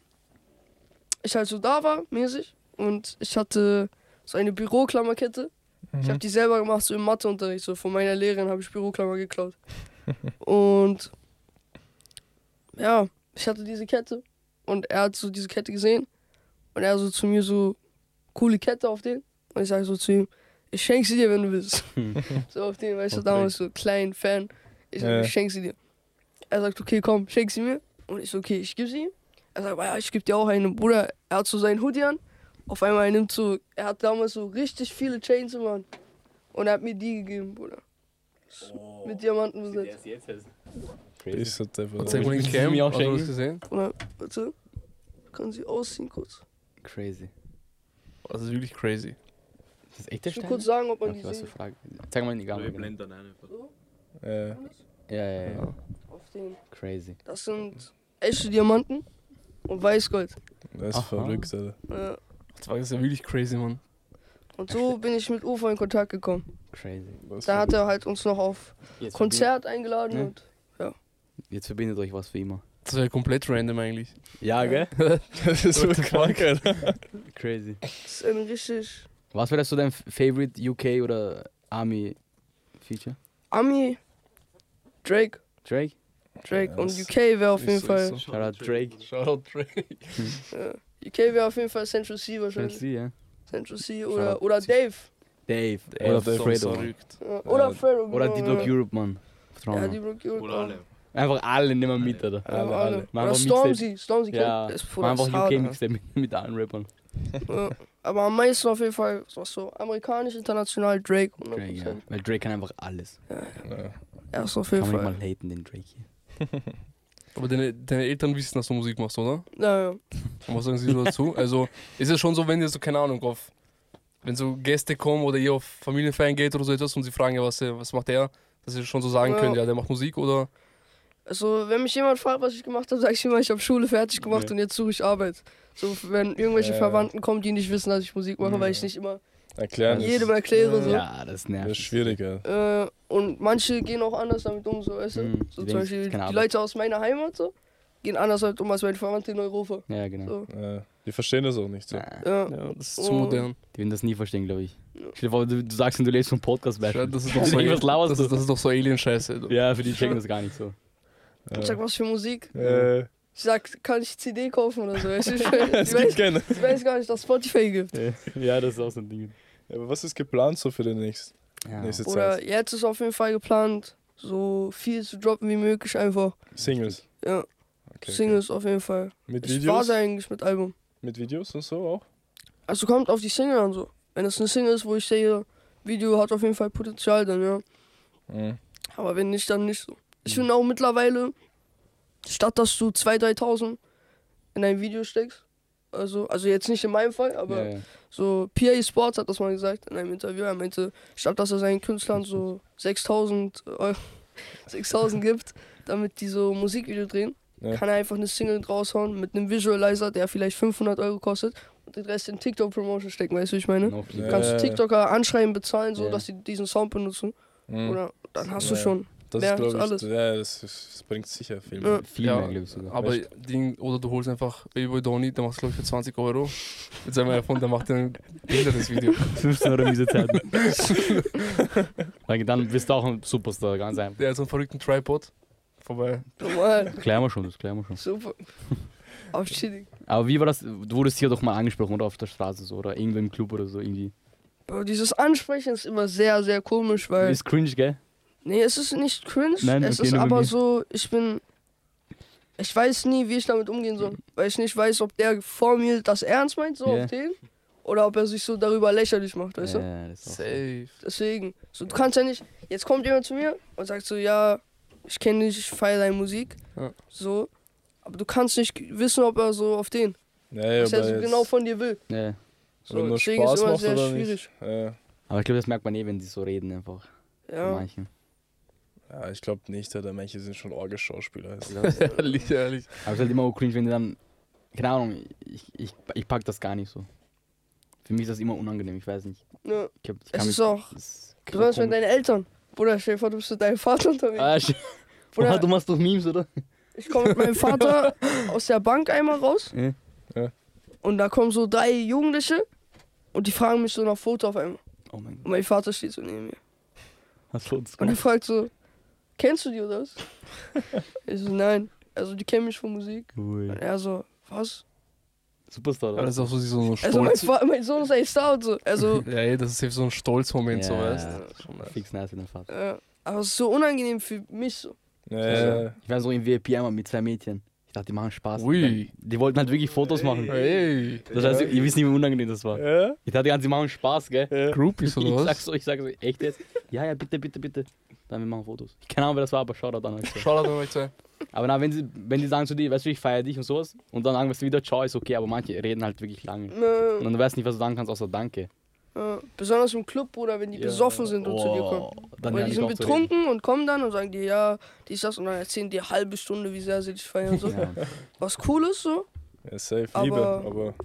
S1: ich halt so da war, mäßig. Und ich hatte so eine Büroklammerkette. Ich
S4: Mhm.
S1: habe die selber gemacht, so im Matheunterricht. So von meiner Lehrerin habe ich Büroklammer geklaut. *laughs* und ja, ich hatte diese Kette und er hat so diese Kette gesehen und er so zu mir so coole Kette auf den und ich sage so zu ihm, ich schenk sie dir, wenn du willst. *laughs* so auf den, weißt du,
S3: Okay.
S1: damals so klein Fan. Ich sage,
S4: Ja.
S1: ich schenk sie dir. Er sagt, okay, komm, schenk sie mir. Und ich so, okay, ich gebe sie ihm. Er sagt, ja, ich gebe dir auch eine. Bruder, er hat so seinen Hoodie an. Auf einmal, er nimmt so, er hat damals so richtig viele Chains im Hand. Und er hat mir die gegeben, Bruder. Mit Diamanten besetzt.
S3: Crazy.
S4: Ist halt einfach.
S2: Hat sie irgendwo
S3: Willst
S2: den
S3: du sie
S2: Cam?
S3: mir auch
S2: Hast du das
S3: schenken?
S2: gesehen?
S1: Oder, warte. Können Sie ausziehen kurz?
S3: Crazy.
S2: Das ist wirklich crazy.
S3: Ist das echt der
S1: Ich will
S3: Stein?
S1: kurz sagen, ob man
S3: Okay,
S1: die
S3: was für
S1: sieht.
S3: Frage. Zeig mal in die
S6: Ja,
S3: Gamma.
S6: ich
S3: genau.
S6: blende dann ein einfach.
S4: Äh,
S3: Ja, ja, ja, ja.
S1: Auf den.
S3: Crazy.
S1: Das sind echte Diamanten und Weißgold.
S4: das ist
S3: Aha.
S4: verrückt, Alter.
S1: Ja.
S2: Das war das ist ja wirklich crazy, Mann.
S1: Und so bin ich mit Ufo in Kontakt gekommen.
S3: Crazy.
S4: Was
S1: Da hat er halt uns noch auf
S3: Jetzt
S1: Konzert eingeladen
S3: Ja.
S1: und
S3: Verbindet, jetzt verbindet euch was für immer.
S2: Das war ja komplett random eigentlich.
S3: Ja, gell? *laughs*
S4: das ist so
S2: What the
S4: krank, Alter.
S3: Crazy.
S1: das ist ein richtig
S3: Was wäre das so dein F- Favorite UK oder Army Feature?
S1: Ami Drake.
S3: Drake?
S1: Drake.
S4: Ja,
S1: Und
S4: das
S1: UK wäre auf
S4: ist
S1: jeden
S4: so-
S1: Fall.
S4: ist so.
S3: Shoutout Drake.
S2: Shoutout Drake.
S3: *laughs*
S1: Ja. UK wäre auf jeden Fall Central C wahrscheinlich.
S3: Chelsea, ja.
S1: Central C
S3: Shoutout.
S1: oder, oder Dave.
S3: Dave.
S4: Ja,
S3: Oder
S4: Dave,
S3: Fredo.
S4: sorry.
S1: Ja. Oder
S4: Ja,
S1: Fredo.
S3: Oder
S1: genau,
S3: die Block
S1: ja.
S3: Europe, Mann. Vertrauen,
S1: Ja,
S3: Mann.
S1: die Block Europe.
S6: Oder alle.
S3: Einfach alle nehmen mit, oder?
S1: Ja, alle.
S3: Mach
S1: Oder
S3: einfach
S1: Stormzy. Stormzy kennt
S3: Ja,
S1: das ist
S3: Mach einfach
S1: hart,
S3: UK Mixtape mit, mit allen Rappern.
S1: Ja. Aber am meisten auf jeden Fall was so amerikanisch, international Drake. 100%.
S3: Drake, ja. Weil Drake kann einfach alles.
S4: Ja.
S1: Er ist auf
S3: Kann
S1: jeden
S3: man nicht
S1: Fall.
S3: mal haten, den Drake hier.
S2: Aber deine, deine Eltern wissen, dass du Musik machst, oder?
S1: Ja, ja.
S2: Und was sagen sie so *laughs* dazu? Also ist es schon so, wenn ihr so, keine Ahnung, auf wenn so Gäste kommen oder ihr auf Familienfeiern geht oder so etwas und sie fragen ja, was, äh, was macht der, dass ihr schon so sagen
S1: Ja.
S2: könnt, ja, der macht Musik oder
S1: Also, wenn mich jemand fragt, was ich gemacht habe, sage ich immer, ich habe Schule fertig gemacht
S3: Ja.
S1: und jetzt suche ich Arbeit. So, wenn irgendwelche
S4: Ja.
S1: Verwandten kommen, die nicht wissen, dass ich Musik mache, weil ich nicht immer
S4: Erklären ist,
S1: jedem erkläre. So.
S3: Ja, das nervt.
S4: das ist schwierig, Alter.
S1: Äh, und manche gehen auch anders damit um, so, weißt du?
S3: Mhm,
S1: So
S3: die
S1: zum
S3: denken,
S1: Beispiel
S3: keine
S1: die
S3: Arbeit.
S1: Leute aus meiner Heimat so, gehen anders damit um als meine Verwandte in Europa.
S3: Ja, genau.
S1: So.
S4: Ja, die verstehen das auch nicht so.
S3: Ah,
S1: Ja.
S2: ja, das ist zu
S1: Oh.
S2: modern.
S3: Die werden das nie verstehen, glaube ich.
S1: Ja.
S3: Stell dir vor, du, du sagst, du lebst vom Podcast,
S2: Ja,
S3: Beispiel. *laughs*
S2: Das ist doch so,
S3: Was laberst
S2: das,
S3: du?
S2: ist- das ist doch so Alien-Scheiße.
S3: Ja, für die checken das gar nicht so.
S1: Ich sag, was für Musik?
S4: Äh,
S1: Ich sag, kann ich CD kaufen oder so? weißt du? Ich,
S4: *laughs* es gibt
S1: weiß,
S4: keine.
S1: ich weiß gar nicht, dass Spotify gibt.
S3: ja, das ist auch so ein Ding.
S4: Ja, Aber was ist geplant so für die nächste,
S3: Ja.
S4: nächste
S1: Oder
S4: Zeit?
S1: jetzt ist auf jeden Fall geplant, so viel zu droppen wie möglich einfach.
S4: Singles.
S1: Ja,
S4: Okay,
S1: Singles auf jeden Fall.
S4: Okay. Mit
S1: Ich war
S4: Videos?
S1: da eigentlich mit Album.
S4: Mit Videos und so auch?
S1: Also kommt auf die Single an so. Wenn es eine Single ist, wo ich sehe, Video hat auf jeden Fall Potenzial, dann ja.
S4: Mhm.
S1: Aber wenn nicht, dann nicht so. Ich finde auch mittlerweile, statt dass du 2.000, 3.000 in ein Video steckst, also, also jetzt nicht in meinem Fall, aber
S3: Ja, ja.
S1: So, PA Sports hat das mal gesagt in einem Interview. Er meinte, statt dass er seinen Künstlern so 6000 *laughs* Euro 6000 gibt, damit die so Musikvideo drehen,
S4: Ja.
S1: kann er einfach eine Single raushauen mit einem Visualizer, der vielleicht 500 Euro kostet und den Rest in TikTok-Promotion stecken, weißt du, wie ich meine?
S3: No
S4: Ja.
S1: Kannst du TikToker anschreiben, bezahlen, so
S3: Ja.
S1: dass sie diesen Sound benutzen.
S4: Mhm.
S1: Oder dann hast du
S4: Ja.
S1: schon.
S4: das
S1: ja,
S4: ist, glaube ich,
S1: das alles.
S4: Ja, das, ist, das bringt sicher viel.
S1: Ja.
S4: mehr.
S3: Viel
S2: Ja,
S3: mehr, glaube ich sogar.
S2: Aber
S4: Echt?
S2: Ding, oder du holst einfach Babyboy Donny, der macht es, glaube ich, für 20 Euro. Jetzt haben wir davon, der macht ein bilderes *laughs* Video.
S3: 15 Euro miese *laughs* Zeiten. Weil dann bist du auch ein Superstar, ganz einfach.
S2: Der hat so einen verrückten Tripod. Vorbei.
S1: Normal.
S3: Klären wir schon, das klären wir schon.
S4: *laughs*
S1: Super. Auf chillig.
S3: Aber wie war das? Du wurdest hier doch mal angesprochen oder auf der Straße so oder irgendwo im Club oder so irgendwie.
S1: Aber dieses Ansprechen ist immer sehr, sehr komisch, weil.
S3: Ist cringe, gell?
S1: Nee, es ist nicht cringe.
S3: Nein,
S1: es
S3: okay,
S1: ist
S3: nur bei
S1: aber
S3: mir.
S1: so, ich bin. Ich weiß nie, wie ich damit umgehen soll. Weil ich nicht weiß, ob der vor mir das ernst meint, so
S3: Ja.
S1: auf den. Oder ob er sich so darüber lächerlich macht, weißt du?
S3: Ja, das ist auch
S2: Safe.
S1: Deswegen. So, du kannst ja nicht. Jetzt kommt jemand zu mir und sagt so, ja, ich kenne dich, ich feiere deine Musik.
S2: Ja.
S1: So. Aber du kannst nicht wissen, ob er so auf den,
S4: Ja, ja,
S1: was er
S4: aber
S1: so
S4: jetzt-
S1: genau von dir will.
S3: so. Ja.
S1: So,
S4: wenn nur
S1: deswegen
S4: Spaß
S1: ist immer
S4: macht
S1: sehr
S4: oder
S1: schwierig.
S4: Nicht. Ja,
S3: Aber ich glaube, das merkt man eh, wenn die so reden einfach. Bei
S1: Ja.
S3: manchen.
S4: ja, ich glaube nicht, Alter. Manche sind schon orge Schauspieler. *laughs* Also.
S2: *laughs* Ehrlich, ehrlich.
S3: Aber es ist halt immer auch cringe, wenn die dann. Keine Ahnung, ich, ich, ich pack das gar nicht so. Für mich ist das immer unangenehm, ich weiß nicht.
S1: ja.
S3: Ich glaub, ich
S1: Es
S3: kann
S1: ist
S3: mich-
S1: auch.
S3: das ist
S1: ne, Besonders wenn
S3: komisch.
S1: deine Eltern. Bruder, stell dir vor, du bist mit deinem Vater unterwegs.
S3: Ah, shit.
S1: Bruder,
S3: Oha, *laughs* du machst doch Memes, oder?
S1: Ich komme mit meinem
S3: *laughs*
S1: Vater aus der Bank einmal raus.
S3: Ja.
S4: Ja.
S1: Und da kommen so drei Jugendliche und die fragen mich so nach Foto auf einmal.
S3: Oh mein Gott.
S1: Und mein Vater steht so neben mir.
S3: Hast du uns
S1: Und er fragt so, kennst du die oder
S3: *laughs*
S1: was? Ich so, nein. Also die kennen mich von Musik. Und er so, was?
S3: Superstar,
S2: Aber
S3: oder?
S2: das ist auch so, so ein
S1: Also mein,
S2: Stolz.
S1: Fa mein Sohn ist ein Star und so.
S3: *laughs*
S1: Also,
S2: *laughs* Ja, ey, das ist eben so ein Stolzmoment, so
S3: Ja.
S2: weißt du. Schon nice.
S3: Fix nice in der Fahrt.
S1: äh, aber es ist so unangenehm für mich so.
S2: Äh,
S4: Ja, ja.
S3: Also, Ich war so im VIP einmal mit zwei Mädchen. Ich dachte, die machen Spaß.
S2: Ui.
S3: Die wollten halt wirklich Fotos machen.
S2: Ey,
S3: Das heißt, ihr wisst nicht, wie unangenehm das war.
S4: Ja,
S3: Ich dachte, die ganzen machen Spaß, gell?
S4: ja.
S2: Groupies
S3: Ich
S2: oder was?
S3: sag's euch, ich sag's euch, echt jetzt? Ja, ja, bitte, bitte, bitte. Dann wir machen Fotos. Keine Ahnung, wer das war, aber Shoutout an euch. zwei.
S2: Shoutout an euch zwei.
S3: aber na, wenn sie, wenn sie sagen zu dir, weißt du, ich feiere dich und sowas, und dann sagen wir es wieder, ciao, ist okay, aber manche reden halt wirklich lange. Und
S1: Äh,
S3: dann weißt du nicht, was du sagen kannst, außer Danke.
S1: äh, besonders im Club, Bruder, wenn die
S3: Ja.
S1: besoffen sind und zu dir kommen.
S3: Oh, Dann
S1: Weil
S3: hör
S1: die
S3: ich
S1: sind
S3: auf zu
S1: betrunken und kommen dann und sagen dir, ja, dies, das. Und dann erzählen dir eine halbe Stunde, wie sehr sie dich feiern. und So.
S3: reden. *laughs* Ja.
S1: Was cool ist so.
S4: Ja, safe,
S1: Aber-
S4: Liebe, aber
S5: Aber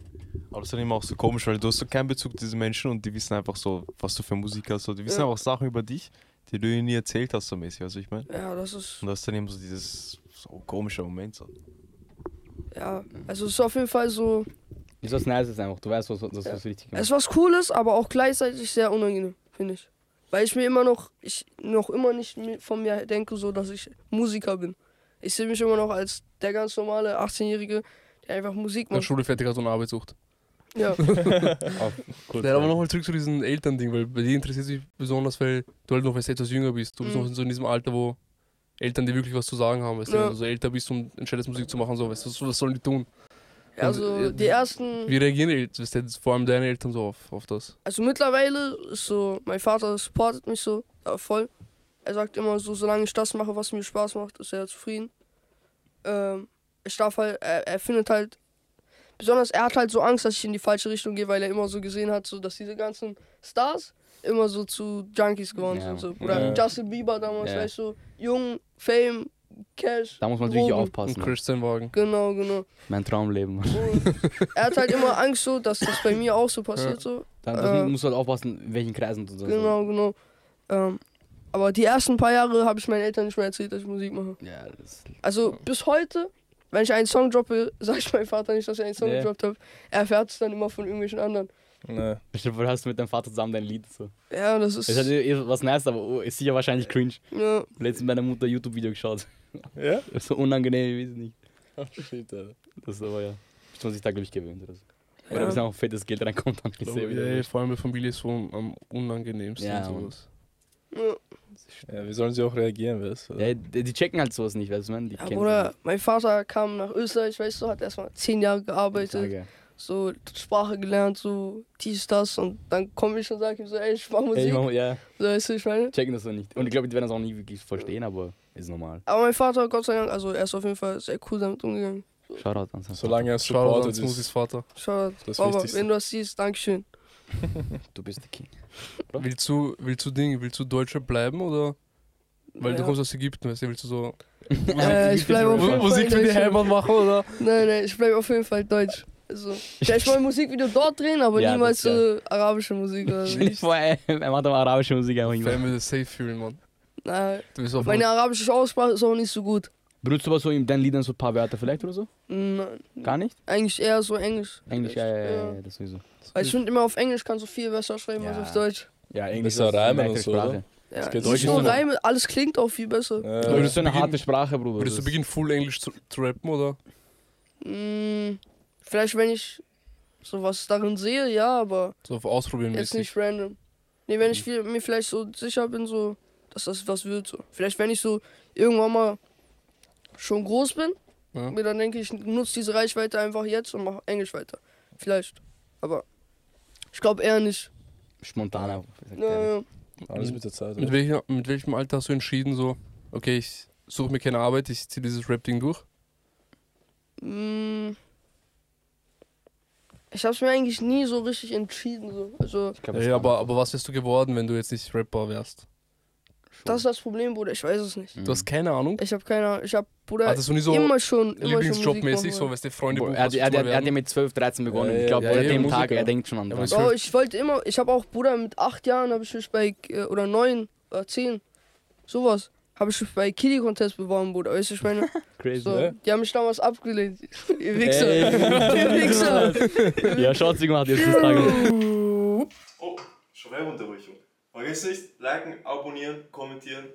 S5: das ist dann immer auch so komisch, weil du hast so keinen Bezug zu diesen Menschen und die wissen einfach so, was du für Musik hast. So. Die wissen
S1: Ja.
S5: einfach Sachen über dich, die du ihnen nie erzählt hast, so mäßig, weißt du, ich meine?
S1: Ja, das ist.
S5: Und das ist dann eben so dieses so komische Moment. So.
S1: Ja, also es ist auf jeden Fall so.
S3: Ist was Nices einfach, du weißt, was, was, was
S1: Ja.
S3: richtig
S1: Es ist was Cooles, aber auch gleichzeitig sehr unangenehm, finde ich. Weil ich mir immer noch, ich noch immer nicht mi- von mir denke, so dass ich Musiker bin. Ich sehe mich immer noch als der ganz normale 18-Jährige, der einfach Musik
S2: In der
S1: macht.
S2: Schule fertig hat und Arbeit sucht.
S1: Ja,
S3: Cool,
S2: Ja, aber nochmal zurück zu diesem Elternding, weil bei dir interessiert sich besonders, weil du halt noch weißt, etwas jünger bist. Du bist
S1: Mhm.
S2: noch so in diesem Alter, wo Eltern dir wirklich was zu sagen haben, weißt du,
S1: Ja.
S2: wenn du so älter bist und entscheidest, Musik zu machen, so, weißt du, was- was sollen die tun?
S1: also
S2: äh,
S1: die ersten.
S2: Wie reagieren die Eltern, weißt du, jetzt vor allem deine Eltern so auf, auf das?
S1: Also mittlerweile ist so, mein Vater supportet mich so äh, voll. Er sagt immer so, solange ich das mache, was mir Spaß macht, ist er zufrieden. Ähm, ich darf halt, er, er findet halt, besonders er hat halt so Angst, dass ich in die falsche Richtung gehe, weil er immer so gesehen hat, so, dass diese ganzen Stars immer so zu Junkies geworden
S3: Ja,
S1: sind. So.
S3: Mann.
S1: Oder
S4: Ja.
S1: Justin Bieber damals,
S3: Ja.
S1: weißt du, jung, Fame, Cash.
S3: Da muss man natürlich
S1: Drogen.
S2: Und
S3: aufpassen.
S2: crasht seinen Wagen.
S1: Genau, genau.
S3: Mein Traumleben. Mann.
S1: Und er hat halt immer Angst so, dass das bei mir auch so passiert. So.
S3: Da das
S1: Äh,
S3: musst du halt aufpassen, in welchen Kreisen du so.
S1: Genau, genau. Ähm, aber die ersten paar Jahre habe ich meinen Eltern nicht mehr erzählt, dass ich Musik mache.
S3: Ja, das ist *laughs*
S1: Also bis heute, wenn ich einen Song droppe, *laughs* sage ich meinem Vater nicht, dass ich einen Song
S3: Nee.
S1: gedroppt habe. Er erfährt es dann immer von irgendwelchen anderen.
S4: ne.
S3: Bestimmt hast du mit deinem Vater zusammen dein Lied. So.
S1: Ja, das ist.
S3: Ist halt eh was nice, aber oh, ist sicher wahrscheinlich cringe.
S1: ja,
S3: Letztens mit meiner Mutter YouTube-Video geschaut. *laughs*
S4: Ja?
S3: Das ist so unangenehm, ich weiß nicht.
S4: Ach, shit, Alter.
S3: Das ist aber ja. Muss man sich da, glaube ich, gewöhnt. Oder, so. oder
S1: ja. Oh,
S3: bis dann auch fettes Geld reinkommt, dann ist
S2: Ja,
S3: es eh wieder.
S2: ja, vor allem bei Familie ist so am unangenehmsten.
S3: Ja,
S2: und
S3: Mann.
S2: sowas.
S1: ja.
S4: Ja, wie sollen sie auch reagieren, weißt du?
S3: Ja, die die checken halt sowas nicht, weißt du, man? Die
S1: Ja,
S3: kennen
S1: Bruder, mein Vater kam nach Österreich, weißt du, hat erstmal zehn Jahre
S3: das
S1: gearbeitet,
S3: nicht. Ja,
S1: so Sprache gelernt, so dies, das und dann komme ich und sage ihm so, ey, ich mache Musik.
S3: ich mach, ja,
S1: so, weißt du, ich meine?
S3: checken das so nicht. Und ich glaube, die werden das auch nie wirklich verstehen, aber ist normal.
S1: Aber mein Vater, Gott sei Dank, also er ist auf jeden Fall sehr cool damit umgegangen.
S3: Shoutout an seinen
S4: Solange er
S2: Shoutout an
S4: supportet
S2: Smoothies
S4: ist.
S2: Vater.
S1: Schau,
S4: Das
S1: Baba,
S4: Wichtigste.
S1: wenn du das siehst, Dankeschön.
S3: Vater. Du bist der King. Oder?
S2: Willst du, willst du Ding, willst du Deutscher bleiben oder? Weil du
S1: Ja.
S2: kommst aus Ägypten, weißt du, willst du so
S1: Äh, ich bleibe auf
S3: *laughs*
S1: jeden Fall
S2: Musik für die
S1: Deutscher.
S2: Heimat machen oder?
S1: Nein, nein, ich bleibe auf jeden Fall deutsch. Also, vielleicht mal ein Musikvideo dort drehen, aber
S3: Ja,
S1: niemals
S3: das
S1: so arabische Musik oder
S3: *laughs*
S1: so.
S3: Stell dich vor, er er macht aber arabische Musik einfach
S2: Ich
S3: hin.
S2: würde safe fühlen, Mann.
S1: Na,
S2: Du bist auf
S1: meine arabische Aussprache ist auch nicht so gut.
S3: Benutzt du aber so in deinen Liedern so ein paar Wörter vielleicht oder so?
S1: Nein,
S3: Gar nicht?
S1: Hm, eigentlich eher so Englisch.
S3: Englisch, ja, ja, ja,
S1: Ja.
S3: ja das sowieso.
S1: Weil ich finde immer auf Englisch kannst du viel besser schreiben als
S3: Ja.
S1: auf Deutsch.
S3: Ja, Englisch
S4: Besser reimen
S3: eine
S4: und so,
S3: Sprache.
S4: oder?
S1: Ja,
S4: geht
S1: nicht
S4: Deutsch
S1: nur
S4: ist so-
S1: Reime, alles klingt auch viel besser.
S3: Aber das
S4: Äh,
S3: ist so eine
S2: Würdest du
S3: harte Sprache, Bruder.
S2: Würdest du
S3: das-
S2: beginnen, full Englisch zu, zu rappen oder?
S1: Hm, vielleicht wenn ich sowas darin sehe, ja, aber
S2: So auf Ausprobieren mäßig.
S1: jetzt
S2: Mhm.
S1: nicht random. Nee, wenn ich viel, mir vielleicht so sicher bin, so, dass das was wird. So. Vielleicht wenn ich so irgendwann mal schon groß bin,
S2: Ja?
S1: mir dann denke ich, nutze diese Reichweite einfach jetzt und mache Englisch weiter. Vielleicht. Aber ich glaube eher nicht.
S3: Spontan einfach.
S1: Naja,
S4: alles mit der Zeit.
S2: Also Mit,
S4: Oder?
S2: welcher, mit welchem Alter hast du entschieden, so, okay, ich suche mir keine Arbeit, ich ziehe dieses Rap-Ding durch?
S1: mm, ich habe es mir eigentlich nie so richtig entschieden. So. Also
S3: Ich glaub,
S2: Ja,
S3: das
S2: ja,
S3: kann man
S2: aber, aber was wärst du geworden, wenn du jetzt nicht Rapper wärst?
S3: schon.
S1: das ist das Problem, Bruder. Ich weiß es nicht.
S3: Mhm.
S2: Du hast keine Ahnung?
S1: Ich habe keine Ahnung. Ich habe, Bruder,
S2: Hattest du nie so
S1: immer schon, immer schon Musik
S2: Lieblingsjob-mäßig, so,
S1: machen
S2: weißt du, Freunde,
S3: Boah, er, hat, er, hat, er hat ja mit 12, 13 begonnen.
S4: Ja, ja,
S3: ich glaube,
S2: ja,
S3: seit
S2: ja,
S3: dem
S4: Musiker.
S3: Tag, er denkt schon an
S2: Ja,
S3: das.
S2: was-
S1: wollen. Oh, ich wollte immer, ich habe auch, Bruder, mit acht Jahren habe ich mich bei, äh, oder neun oder zehn, sowas, habe ich mich bei Kiddie Contest beworben, Bruder. Weißt du, ich meine,
S3: Crazy.
S1: So,
S4: ne?
S1: die haben mich damals abgelehnt. *laughs* Ihr Wichser.
S3: Ey.
S1: Ihr Wichser.
S3: *laughs* Ja, schaut's gemacht jetzt das Tag.
S6: Oh, Schwerbunterbrechung. Vergesst nicht, liken, abonnieren, kommentieren.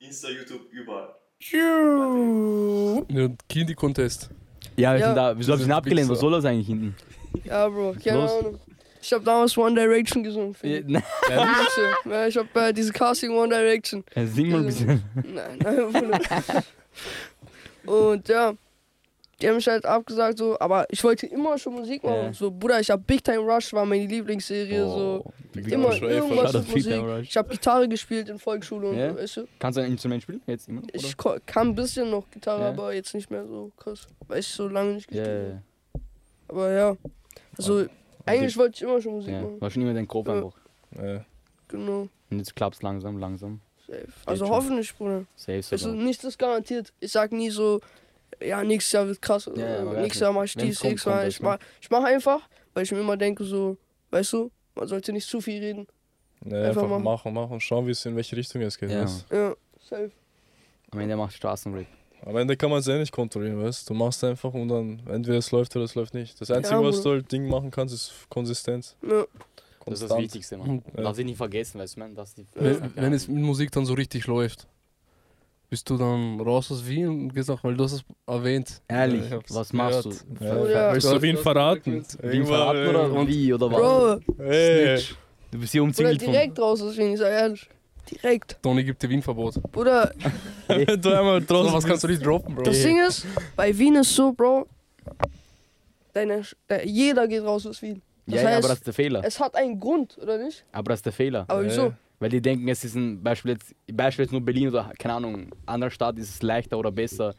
S6: Insta, YouTube, überall.
S2: Ja, Kindy-Contest.
S3: Ja, wir
S1: Ja.
S3: sind da. Wieso hab ich ihn
S2: Wichser.
S3: abgelehnt? Was soll das eigentlich hinten?
S1: Ja, Bro, keine
S3: Los.
S1: Ahnung. Ich habe damals One Direction gesungen. für die
S3: Ja,
S1: Wichser. Ja, ich habe äh, diese Casting One Direction. *laughs*
S3: Sing mal ein bisschen.
S1: Nein, nein, Bruder. Und ja, Die haben mich halt abgesagt, so, aber ich wollte immer schon Musik machen.
S3: Ja.
S1: So, Bruder, ich hab Big Time Rush, war meine Lieblingsserie, so.
S3: Oh, Big
S1: Immer
S3: Rush.
S4: Rush war eh voll
S1: irgendwas
S3: schade,
S1: mit
S3: Big Time
S1: Musik.
S3: Rush.
S1: Ich hab Gitarre gespielt in Volksschule und
S3: Ja?
S1: so, weißt du?
S3: Kannst du ein Instrument spielen? Jetzt immer? noch,
S1: Ich ko- kann ein bisschen noch Gitarre,
S3: Ja.
S1: aber jetzt nicht mehr so krass, weil ich so lange nicht
S3: Oder?
S1: gespielt
S3: Ja,
S1: habe.
S3: ja,
S1: Aber ja, also eigentlich wollte ich immer schon Musik
S3: ja. ja.
S1: machen.
S3: War schon immer dein Kopf
S1: Ja.
S3: einfach.
S4: Äh,
S1: Genau,
S3: Und jetzt klappt's langsam, langsam.
S1: safe. Also
S3: schon.
S1: hoffentlich, Bruder.
S3: Safe
S1: Also
S3: sogar.
S1: nichts ist garantiert. Ich sag nie so, ja, nächstes Jahr wird krass.
S3: Ja, ja, man
S1: oder
S3: weiß
S1: nächstes Jahr mach ich
S3: Wenn's
S1: dies,
S3: kommt,
S1: nächstes Mal.
S3: kommt
S1: Ich
S3: das, ne?
S1: mach, ich mach einfach, weil ich mir immer denke so, weißt du, man sollte nicht zu viel reden.
S4: ne,
S1: Einfach
S4: einfach,
S1: machen.
S4: machen. machen, und schauen, wie es in welche Richtung es geht.
S3: Ja,
S4: weißt?
S1: Ja, safe.
S3: Am Ende macht Straßenrap.
S4: Am Ende kann man es eh nicht kontrollieren, weißt du? Du machst einfach und dann entweder es läuft oder es läuft nicht. Das Einzige, was du
S1: Bruder.
S4: halt Ding machen kannst, ist Konsistenz.
S1: Ja,
S3: Das ist das
S4: Konstant.
S3: Wichtigste, Mann.
S4: Ja.
S3: Lass dich nicht vergessen, weißt du, man. Das ist die
S2: Wenn, wenn es mit Musik dann so richtig läuft, bist du dann raus aus Wien und gehst nach, weil du hast es erwähnt.
S3: Ehrlich,
S2: Ich hab's
S3: was machst du?
S2: gehört.
S4: Ja.
S1: Oder-
S4: Willst du Wien verraten?
S3: Wien verraten oder
S4: Irgendwann,
S3: wie oder was?
S1: Bro,
S4: äh, Ey,
S3: Du bist hier
S1: Bruder,
S3: umzingelt von.
S1: direkt raus, deswegen, ich sag ehrlich. Direkt.
S2: Toni gibt dir Wien-Verbot. So,
S1: Bruder,
S4: wenn du einmal draußen
S2: was kannst du nicht droppen, Bro.
S1: Das Ding ist, bei Wien ist so, Bro, deine, Sch- de, jeder geht raus aus Wien. Das
S3: Ja, ja,
S1: heißt,
S3: aber das ist der Fehler.
S1: es hat einen Grund, oder nicht?
S3: Aber das ist der Fehler.
S1: Aber wieso?
S3: Weil die denken, es ist ein Beispiel jetzt, Beispiel jetzt nur Berlin oder keine Ahnung, anderer Stadt ist es leichter oder besser.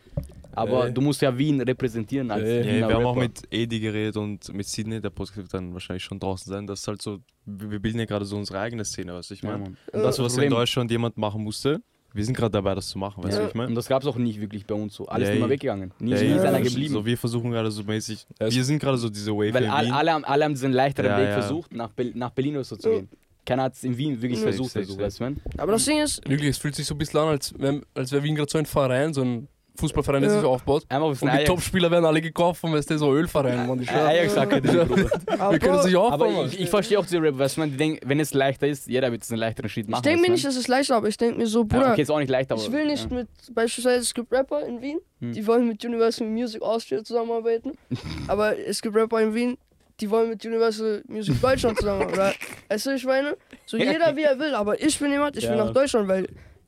S3: Aber
S4: Äh.
S3: du musst ja Wien repräsentieren als
S4: Äh.
S5: Ja,
S3: Wiener
S5: wir haben auch
S3: genau, Rapper.
S5: mit Edi geredet und mit Sydney, der Podcast wird dann wahrscheinlich schon draußen sein. Das ist halt so, wir wir bilden ja gerade so unsere eigene Szene, weißt du, ich
S3: ja,
S5: meine.
S3: Mann. Äh,
S5: Und das, was in
S3: Problem.
S5: Deutschland jemand machen musste, wir sind gerade dabei, das zu machen, weißt du,
S1: Ja.
S5: ich meine.
S3: Und das gab es auch nicht wirklich bei uns so. Alles
S5: Ja,
S3: immer
S5: ja.
S3: weggegangen. Nie,
S5: Ja,
S3: nie
S5: ja,
S3: ist einer
S5: ja.
S3: geblieben.
S5: So, wir versuchen gerade so mäßig,
S4: Es-
S5: wir sind gerade so diese Wave
S3: Weil
S5: in
S3: alle,
S5: Wien.
S3: alle, haben- alle haben diesen leichteren
S5: Ja,
S3: Weg
S5: ja.
S3: versucht, nach, Bel- nach Berlin oder so zu
S1: Ja.
S3: gehen. Keiner hat es in Wien wirklich
S5: Ja.
S3: versucht,
S5: Safe, safe,
S3: also, weißt du, man?
S1: Aber das Ding ist,
S2: Wirklich, es fühlt sich so ein bisschen an, als, wenn- als wäre Wien gerade so ein Verein, so ein Fußballverein, der
S1: Ja.
S2: sich aufbaut.
S3: Einfach auf Ah,
S2: Und die Topspieler werden alle gekauft von, weißt du, so Ölverein, Mann. Die Scheiße.
S3: Ajax-Akademie, Bruder.
S1: aber
S2: Wir können es nicht
S3: Aber
S2: aufbauen, Mann.
S3: ich, ich verstehe auch die Rap, weißt du, man, die denken, wenn es leichter ist, jeder wird es einen leichteren Schritt
S1: ich
S3: machen.
S1: denke mir nicht,
S3: weißt
S1: dass es leicht ist, aber ich denke mir so,
S3: du, man? ja,
S1: Bruder,
S3: okay, ist auch nicht leicht, aber.
S1: ich will nicht
S3: ja.
S1: mit, beispielsweise es gibt Rapper in Wien,
S3: Hm.
S1: die wollen mit Universal Music Austria
S3: *laughs*
S1: zusammenarbeiten, aber es gibt Rapper in Wien, die wollen mit Universal
S3: *laughs*
S1: Music Deutschland zusammenarbeiten. oder, weißt du, ich meine, so jeder wie er will, aber ich bin jemand, ich will
S3: Ja.
S1: nach Deutschland, weil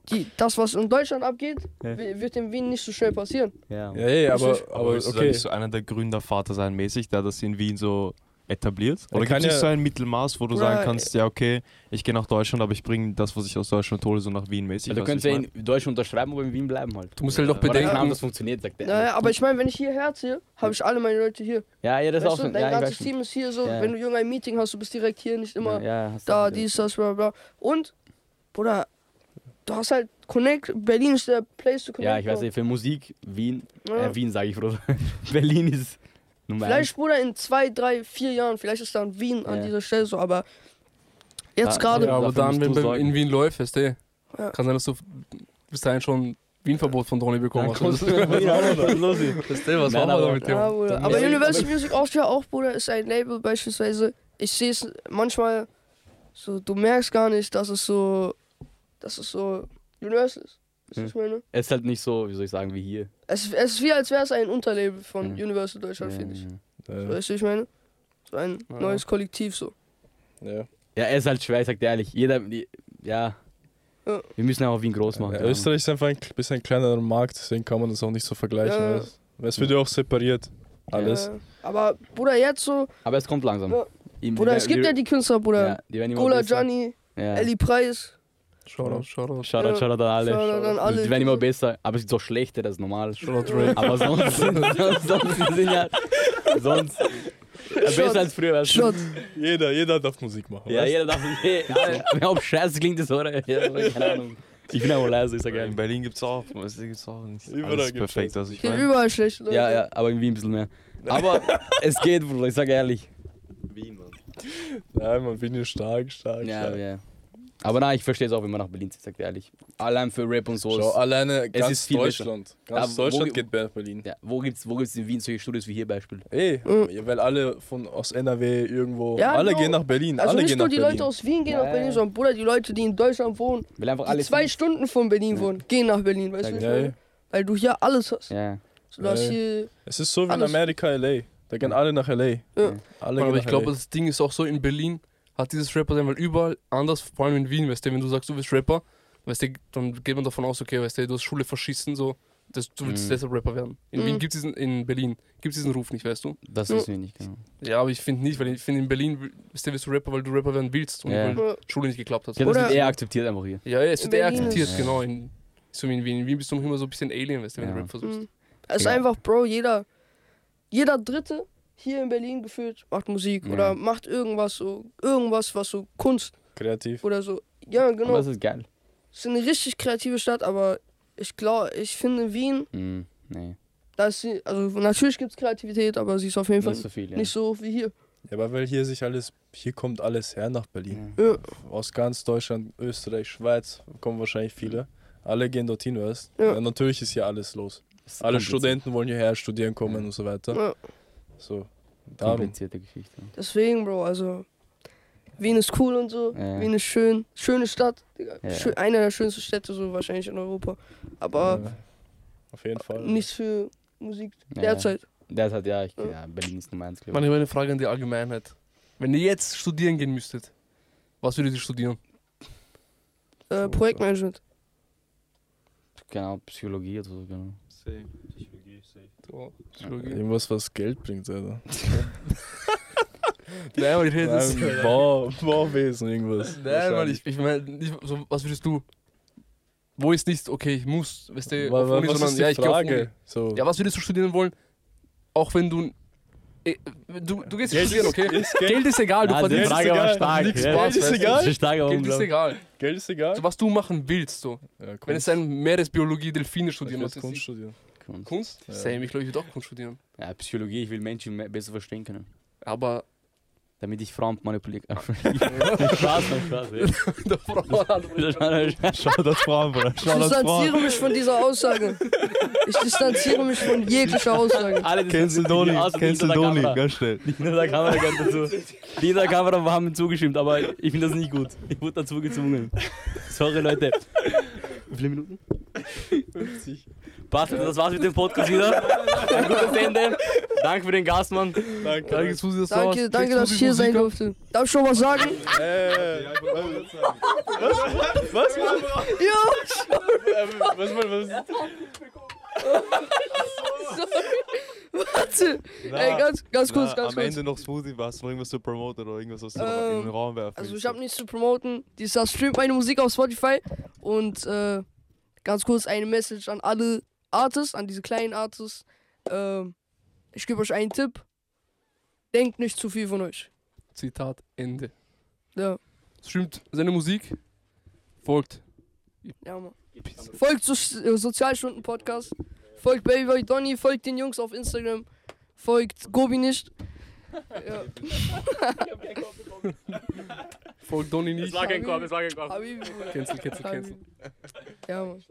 S1: die, das, was in Deutschland abgeht,
S3: Ja.
S1: wi- wird in Wien nicht so schnell passieren.
S3: Ja,
S4: Ja, ja, aber,
S1: Richtig.
S4: aber,
S5: Aber willst du da
S4: okay.
S5: nicht so einer der Gründervater sein mäßig, der das in Wien so etabliert?
S4: Er
S5: Oder
S4: kann
S5: gibt es
S4: ja-
S5: so ein Mittelmaß, wo du
S1: Bruder,
S5: sagen kannst, ja okay, ich gehe nach Deutschland, aber ich bringe das, was ich aus Deutschland hole, so nach Wien mäßig?
S3: Also du
S5: weißt du,
S3: könntest
S5: ich
S3: ja
S5: mein?
S3: in Deutschland unterschreiben, aber in Wien bleiben halt.
S2: Du musst halt doch
S3: Oder keine Ahnung,
S2: bedenken,
S3: das funktioniert, sagt der.
S1: Naja, aber ich meine, wenn ich hierher ziehe, habe ich alle meine Leute hier.
S3: ja, ja, das ist
S1: weißt
S3: auch
S1: du,
S3: so.
S1: dein
S3: Ja, ich weiß
S1: ganzes
S3: schon.
S1: Team ist hier so,
S3: Ja.
S1: wenn du irgendein Meeting hast, du bist direkt hier, nicht immer
S3: Ja, ja, hast
S1: da,
S3: du-
S1: dies, das, bla bla. Und, Bruder, du hast halt Connect, Berlin ist der Place to Connect.
S3: Ja, ich weiß
S1: Bro.
S3: nicht, für Musik, Wien,
S1: Ja.
S3: äh, Wien sage ich, Bruder. *laughs* Berlin ist Nummer
S1: Vielleicht, Bruder, in zwei, drei, vier Jahren, vielleicht ist dann Wien an
S3: Ja. Ah,
S1: dieser Stelle so, aber jetzt
S3: Ja,
S1: gerade,
S2: Ja, aber
S3: Dafür
S2: dann,
S3: musst
S2: wenn
S3: du
S2: du
S3: sorgen.
S2: in Wien läuft, weißt du,
S1: Ja.
S2: kann sein, dass du bis dahin schon Wien-Verbot von Toni bekommen
S3: eins.
S2: hast.
S3: *laughs*
S2: Weißt
S3: Dann kommst du-
S2: du, was
S3: Nein,
S2: machen wir
S3: aber-
S2: da mit
S1: ja,
S2: dir?
S1: Bruder.
S3: dann
S1: aber
S3: ist-
S1: Universal Music Austria auch, Bruder, ist ein Label beispielsweise. Ich sehe es manchmal so, du merkst gar nicht, dass es so, dass es so Universal ist. Weißt du, was ich meine?
S3: Es ist halt nicht so, wie soll ich sagen, wie hier.
S1: Es, es ist wie, als wäre es ein Unterlabel von
S3: Ja.
S1: Universal Deutschland, finde ich.
S3: Hm. Ja.
S4: Äh,
S1: Weißt du, ich meine? So ein
S2: Ja.
S1: neues Kollektiv so.
S4: ja.
S3: Ja, er ist halt schwer, ich sag dir ehrlich. Jeder, die- ja.
S1: Ja.
S3: Wir müssen einfach Wien groß machen.
S4: Ja,
S3: keine Ahnung.
S4: Österreich ist halt- einfach ein kl- bisschen kleinerer Markt, deswegen kann man das auch nicht so vergleichen.
S1: Ja.
S4: weißt du? Es wird ja auch separiert. Alles.
S1: Äh, aber Bruder, jetzt so.
S3: Aber es kommt langsam.
S1: Ja.
S3: Ihm-
S1: Bruder,
S3: die-
S1: es gibt ja die Künstler, Bruder.
S3: Ja, die werden immer
S1: Gola
S3: besser.
S1: Gianni,
S3: Ja.
S1: Ellie Preis.
S2: Shoutout, Shoutout.
S3: Shoutout,
S1: Ja.
S3: Shoutout an alle.
S1: Shoutout an alle.
S3: Die werden immer besser, aber es gibt auch schlechte, das ist normal.
S2: Shoutout Drake.
S3: Aber sonst, *laughs* sonst sind ja. Sonst. Besser als früher. weißt du?
S1: Shot.
S4: Jeder, jeder darf Musik machen.
S3: Ja,
S4: weißt du?
S3: jeder darf. Hey, ja, ob scheiße klingt das, oder? Ja, keine Ahnung. Ich bin einfach leise, ich sag
S5: in
S3: ehrlich.
S5: Berlin gibt es auch, es gibt's auch nicht.
S4: Überall
S5: Alles
S4: gibt's
S5: perfekt,
S4: das.
S5: also
S1: *laughs*
S5: ich
S1: Gibt
S5: meine.
S1: überall schlechte Leute.
S3: Ja, ja, aber in Wien ein bisschen mehr. Aber *laughs* es geht, Bruder, ich sag ehrlich.
S4: Nein, man bin hier stark, stark.
S3: Ja,
S4: stark.
S3: ja. Aber nein, ich verstehe es auch, wenn man nach Berlin zieht, sag dir ehrlich. Allein für Rap und so.
S4: Schau,
S3: ist-
S4: alleine ganz
S3: ist viel
S4: Deutschland.
S3: Ja,
S4: Ganz
S3: wo-
S4: Deutschland
S3: wo-
S4: geht bei Berlin.
S3: Ja, wo gibt's, wo gibt's in Wien solche Studios wie hier Beispiel?
S4: Ey,
S1: Mhm.
S4: ja, weil alle von aus NRW irgendwo.
S1: Ja,
S4: alle
S1: genau.
S4: gehen nach Berlin.
S1: Also
S4: alle
S1: nicht
S4: gehen
S1: nur
S4: nach
S1: die
S4: Berlin.
S1: Leute aus Wien gehen
S3: Ja,
S1: nach Berlin,
S3: ja.
S1: sondern Bruder, die Leute, die in Deutschland wohnen,
S3: Will einfach
S1: die
S3: alles.
S1: zwei Stunden von Berlin
S3: Ja.
S1: wohnen, gehen nach Berlin, weißt
S3: Ja,
S1: du? was ich
S4: ja, ja.
S1: meine? Weil du hier alles hast.
S3: Ja.
S1: So, du hast
S4: Ja.
S1: hier
S4: Es ist so wie in
S1: Alles.
S4: Amerika, LA. Da gehen alle nach LA.
S1: Ja.
S4: Alle
S2: Mann,
S4: gehen
S2: aber
S4: nach
S2: ich glaube,
S4: LA.
S2: das Ding ist auch so, in Berlin hat dieses Rapper sein, weil überall anders, vor allem in Wien, weißt du, wenn du sagst, du bist Rapper, weißt du, dann geht man davon aus, okay, weißt du, du hast Schule verschissen, so, Das, du willst
S3: Mhm.
S2: deshalb Rapper werden. In
S1: Mhm.
S2: Wien gibt's diesen, in Berlin gibt es diesen Ruf nicht, weißt du?
S3: Das
S1: Ja.
S3: wissen wir nicht, genau.
S2: Ja, aber ich finde nicht, weil ich finde in Berlin bist du, bist du Rapper, weil du Rapper werden willst und
S3: Ja.
S2: weil
S1: Ja.
S2: Schule nicht geklappt hat.
S3: Ich glaube, das wird
S1: Oder-
S3: eher akzeptiert einfach hier.
S2: Ja, ja, es wird eher
S1: Berlin
S2: akzeptiert,
S3: ist-
S2: genau. In, so wie in Wien. In Wien bist du immer so ein bisschen Alien, weißt du, wenn du
S3: Ja.
S2: Rap versuchst.
S1: Mhm. Es ist
S3: Ja.
S1: einfach, Bro, jeder, jeder Dritte hier in Berlin gefühlt macht Musik
S3: Ja.
S1: oder macht irgendwas so, irgendwas, was so Kunst
S4: Kreativ.
S1: oder so. Ja,
S3: Aber
S1: genau.
S3: das ist geil.
S1: Es ist eine richtig kreative Stadt, aber ich glaube, ich finde Wien,
S3: Mhm. Nee.
S1: da ist sie, also natürlich gibt es Kreativität, aber sie ist auf jeden Fall
S3: Nicht so viel, ja.
S1: nicht so wie hier.
S4: Ja, aber weil hier sich alles, hier kommt alles her nach Berlin.
S1: Ja.
S4: Aus ganz Deutschland, Österreich, Schweiz kommen wahrscheinlich viele. Alle gehen dorthin, weißt du?
S1: Ja.
S4: Ja. Natürlich ist hier alles los.
S3: Das ist
S4: Alle
S3: kompliziert-
S4: Studenten wollen hierher studieren kommen
S3: Ja.
S4: und so weiter.
S1: Ja.
S4: So, darum.
S3: Komplizierte Geschichte.
S1: Deswegen, Bro, also Wien ist cool und so,
S3: Ja.
S1: Wien ist schön, schöne Stadt, Digga.
S3: Ja.
S1: Schö eine der schönsten Städte so wahrscheinlich in Europa, aber
S4: Ja. Auf jeden Fall.
S1: nichts für Musik
S3: Ja.
S1: derzeit.
S3: Das hat halt, ja, ich, ja, Berlin ist Nummer 1,
S2: Ich
S3: glaube
S2: meine, ich habe eine Frage an die Allgemeinheit. Wenn ihr jetzt studieren gehen müsstet, was würdet ihr studieren?
S1: Äh, Projektmanagement.
S3: ich. Genau, Psychologie oder so, genau.
S5: Safe. Psychologie, safe.
S3: Äh,
S2: Psychologie.
S4: Irgendwas, was Geld bringt, Alter.
S2: Nein, aber ich rede jetzt. *laughs*
S4: Nein, Bau, Bauwesen, irgendwas.
S2: Nein, Mann, ich, ich meine, nicht so, was würdest du. Wo ist nicht, okay, ich muss, weißt du,
S4: Wa-
S2: auf
S4: wa-
S2: Uni,
S4: was
S2: Äh, sondern
S4: ist die
S2: ja, ich gehe auf Uni.
S4: Frage? So.
S2: Ja, was würdest du studieren wollen, auch wenn du. eh, Du, du gehst
S4: Geld
S2: studieren,
S4: ist-
S2: okay?
S4: ist Geld-
S2: Geld ist egal, du
S3: Ja, die
S2: verdienst
S3: Frage
S4: ist
S3: war
S4: egal.
S3: stark. ja.
S4: Nix Spaß,
S3: Das
S4: weißt
S3: ist
S4: du?
S3: ein starker
S2: Geld ist
S3: Umlauf.
S2: egal.
S4: Geld ist egal.
S2: So, was du machen willst, so.
S4: Ja, Kunst.
S2: Wenn es dann Meeresbiologie, Delfine
S4: Ich
S2: studieren,
S4: will
S2: was ist
S4: Kunst
S2: Kunst?
S4: studieren.
S3: Kunst.
S2: Kunst?
S4: Ja.
S2: Same, ich glaube, ich würde auch Kunst studieren.
S3: Ja, Psychologie, ich will Menschen me- besser verstehen können.
S2: Aber *laughs*
S3: Damit ich Frauen manipulieren kann. *laughs* Spaß, mein Spaß. *laughs* ey.
S2: der Frau
S3: Das war ein Scherz.
S5: Schau das Frauen, Bruder.
S1: Ich distanziere mich von dieser Aussage. Ich distanziere mich von jeglicher Aussage.
S3: Alle die
S5: Cancel
S3: sind-
S5: Doni,
S3: außer die
S5: cancel
S3: hinter der
S5: Doni,
S3: Kamera.
S5: ganz schnell.
S3: Die hinter der Kamera gehört dazu. Die *laughs* hinter der Kamera haben zugestimmt, aber ich finde das nicht gut. Ich wurde dazu gezwungen. Sorry, Leute. Wie viele Minuten? 50. Passt, das war's mit dem Podcast wieder. Ein gutes Ende. Danke für den Gast, Mann.
S2: Danke, Susi, dass du da warst.
S1: Danke, danke, dass ich
S2: Susi,
S1: hier sein
S2: Musiker.
S1: durfte. Darf ich schon was sagen?
S4: Äh,
S1: Was?
S4: Was, was,
S1: *laughs*
S4: was?
S1: Was? Ja, warte. Ey, ganz, ganz kurz,
S5: Na,
S1: ganz
S5: am
S1: kurz.
S5: Ende noch Smoothie, warst du noch irgendwas zu promoten oder irgendwas, was du
S1: Ähm,
S5: in den Raum werfen
S1: Also ich
S5: willst?
S1: habe nichts zu promoten. Dieser streamt meine Musik auf Spotify. Und äh, ganz kurz eine Message an alle Artists, an diese kleinen Artists. Ähm, ich gebe euch einen Tipp. Denkt nicht zu viel von euch.
S2: Zitat Ende.
S1: Ja,
S2: Streamt seine Musik, folgt.
S1: ja, Mann. Folgt so äh, Sozialstunden-Podcast. Folgt Babyboy Donny, folgt den Jungs auf Instagram. Folgt Gobi nicht. Ja,
S2: Folgt Donny nicht.
S1: kein Korb, es
S3: war kein Korb.
S1: Habibi, Bruder.
S2: Cancel, cancel, cancel.
S1: Habibi. Ja, Mann.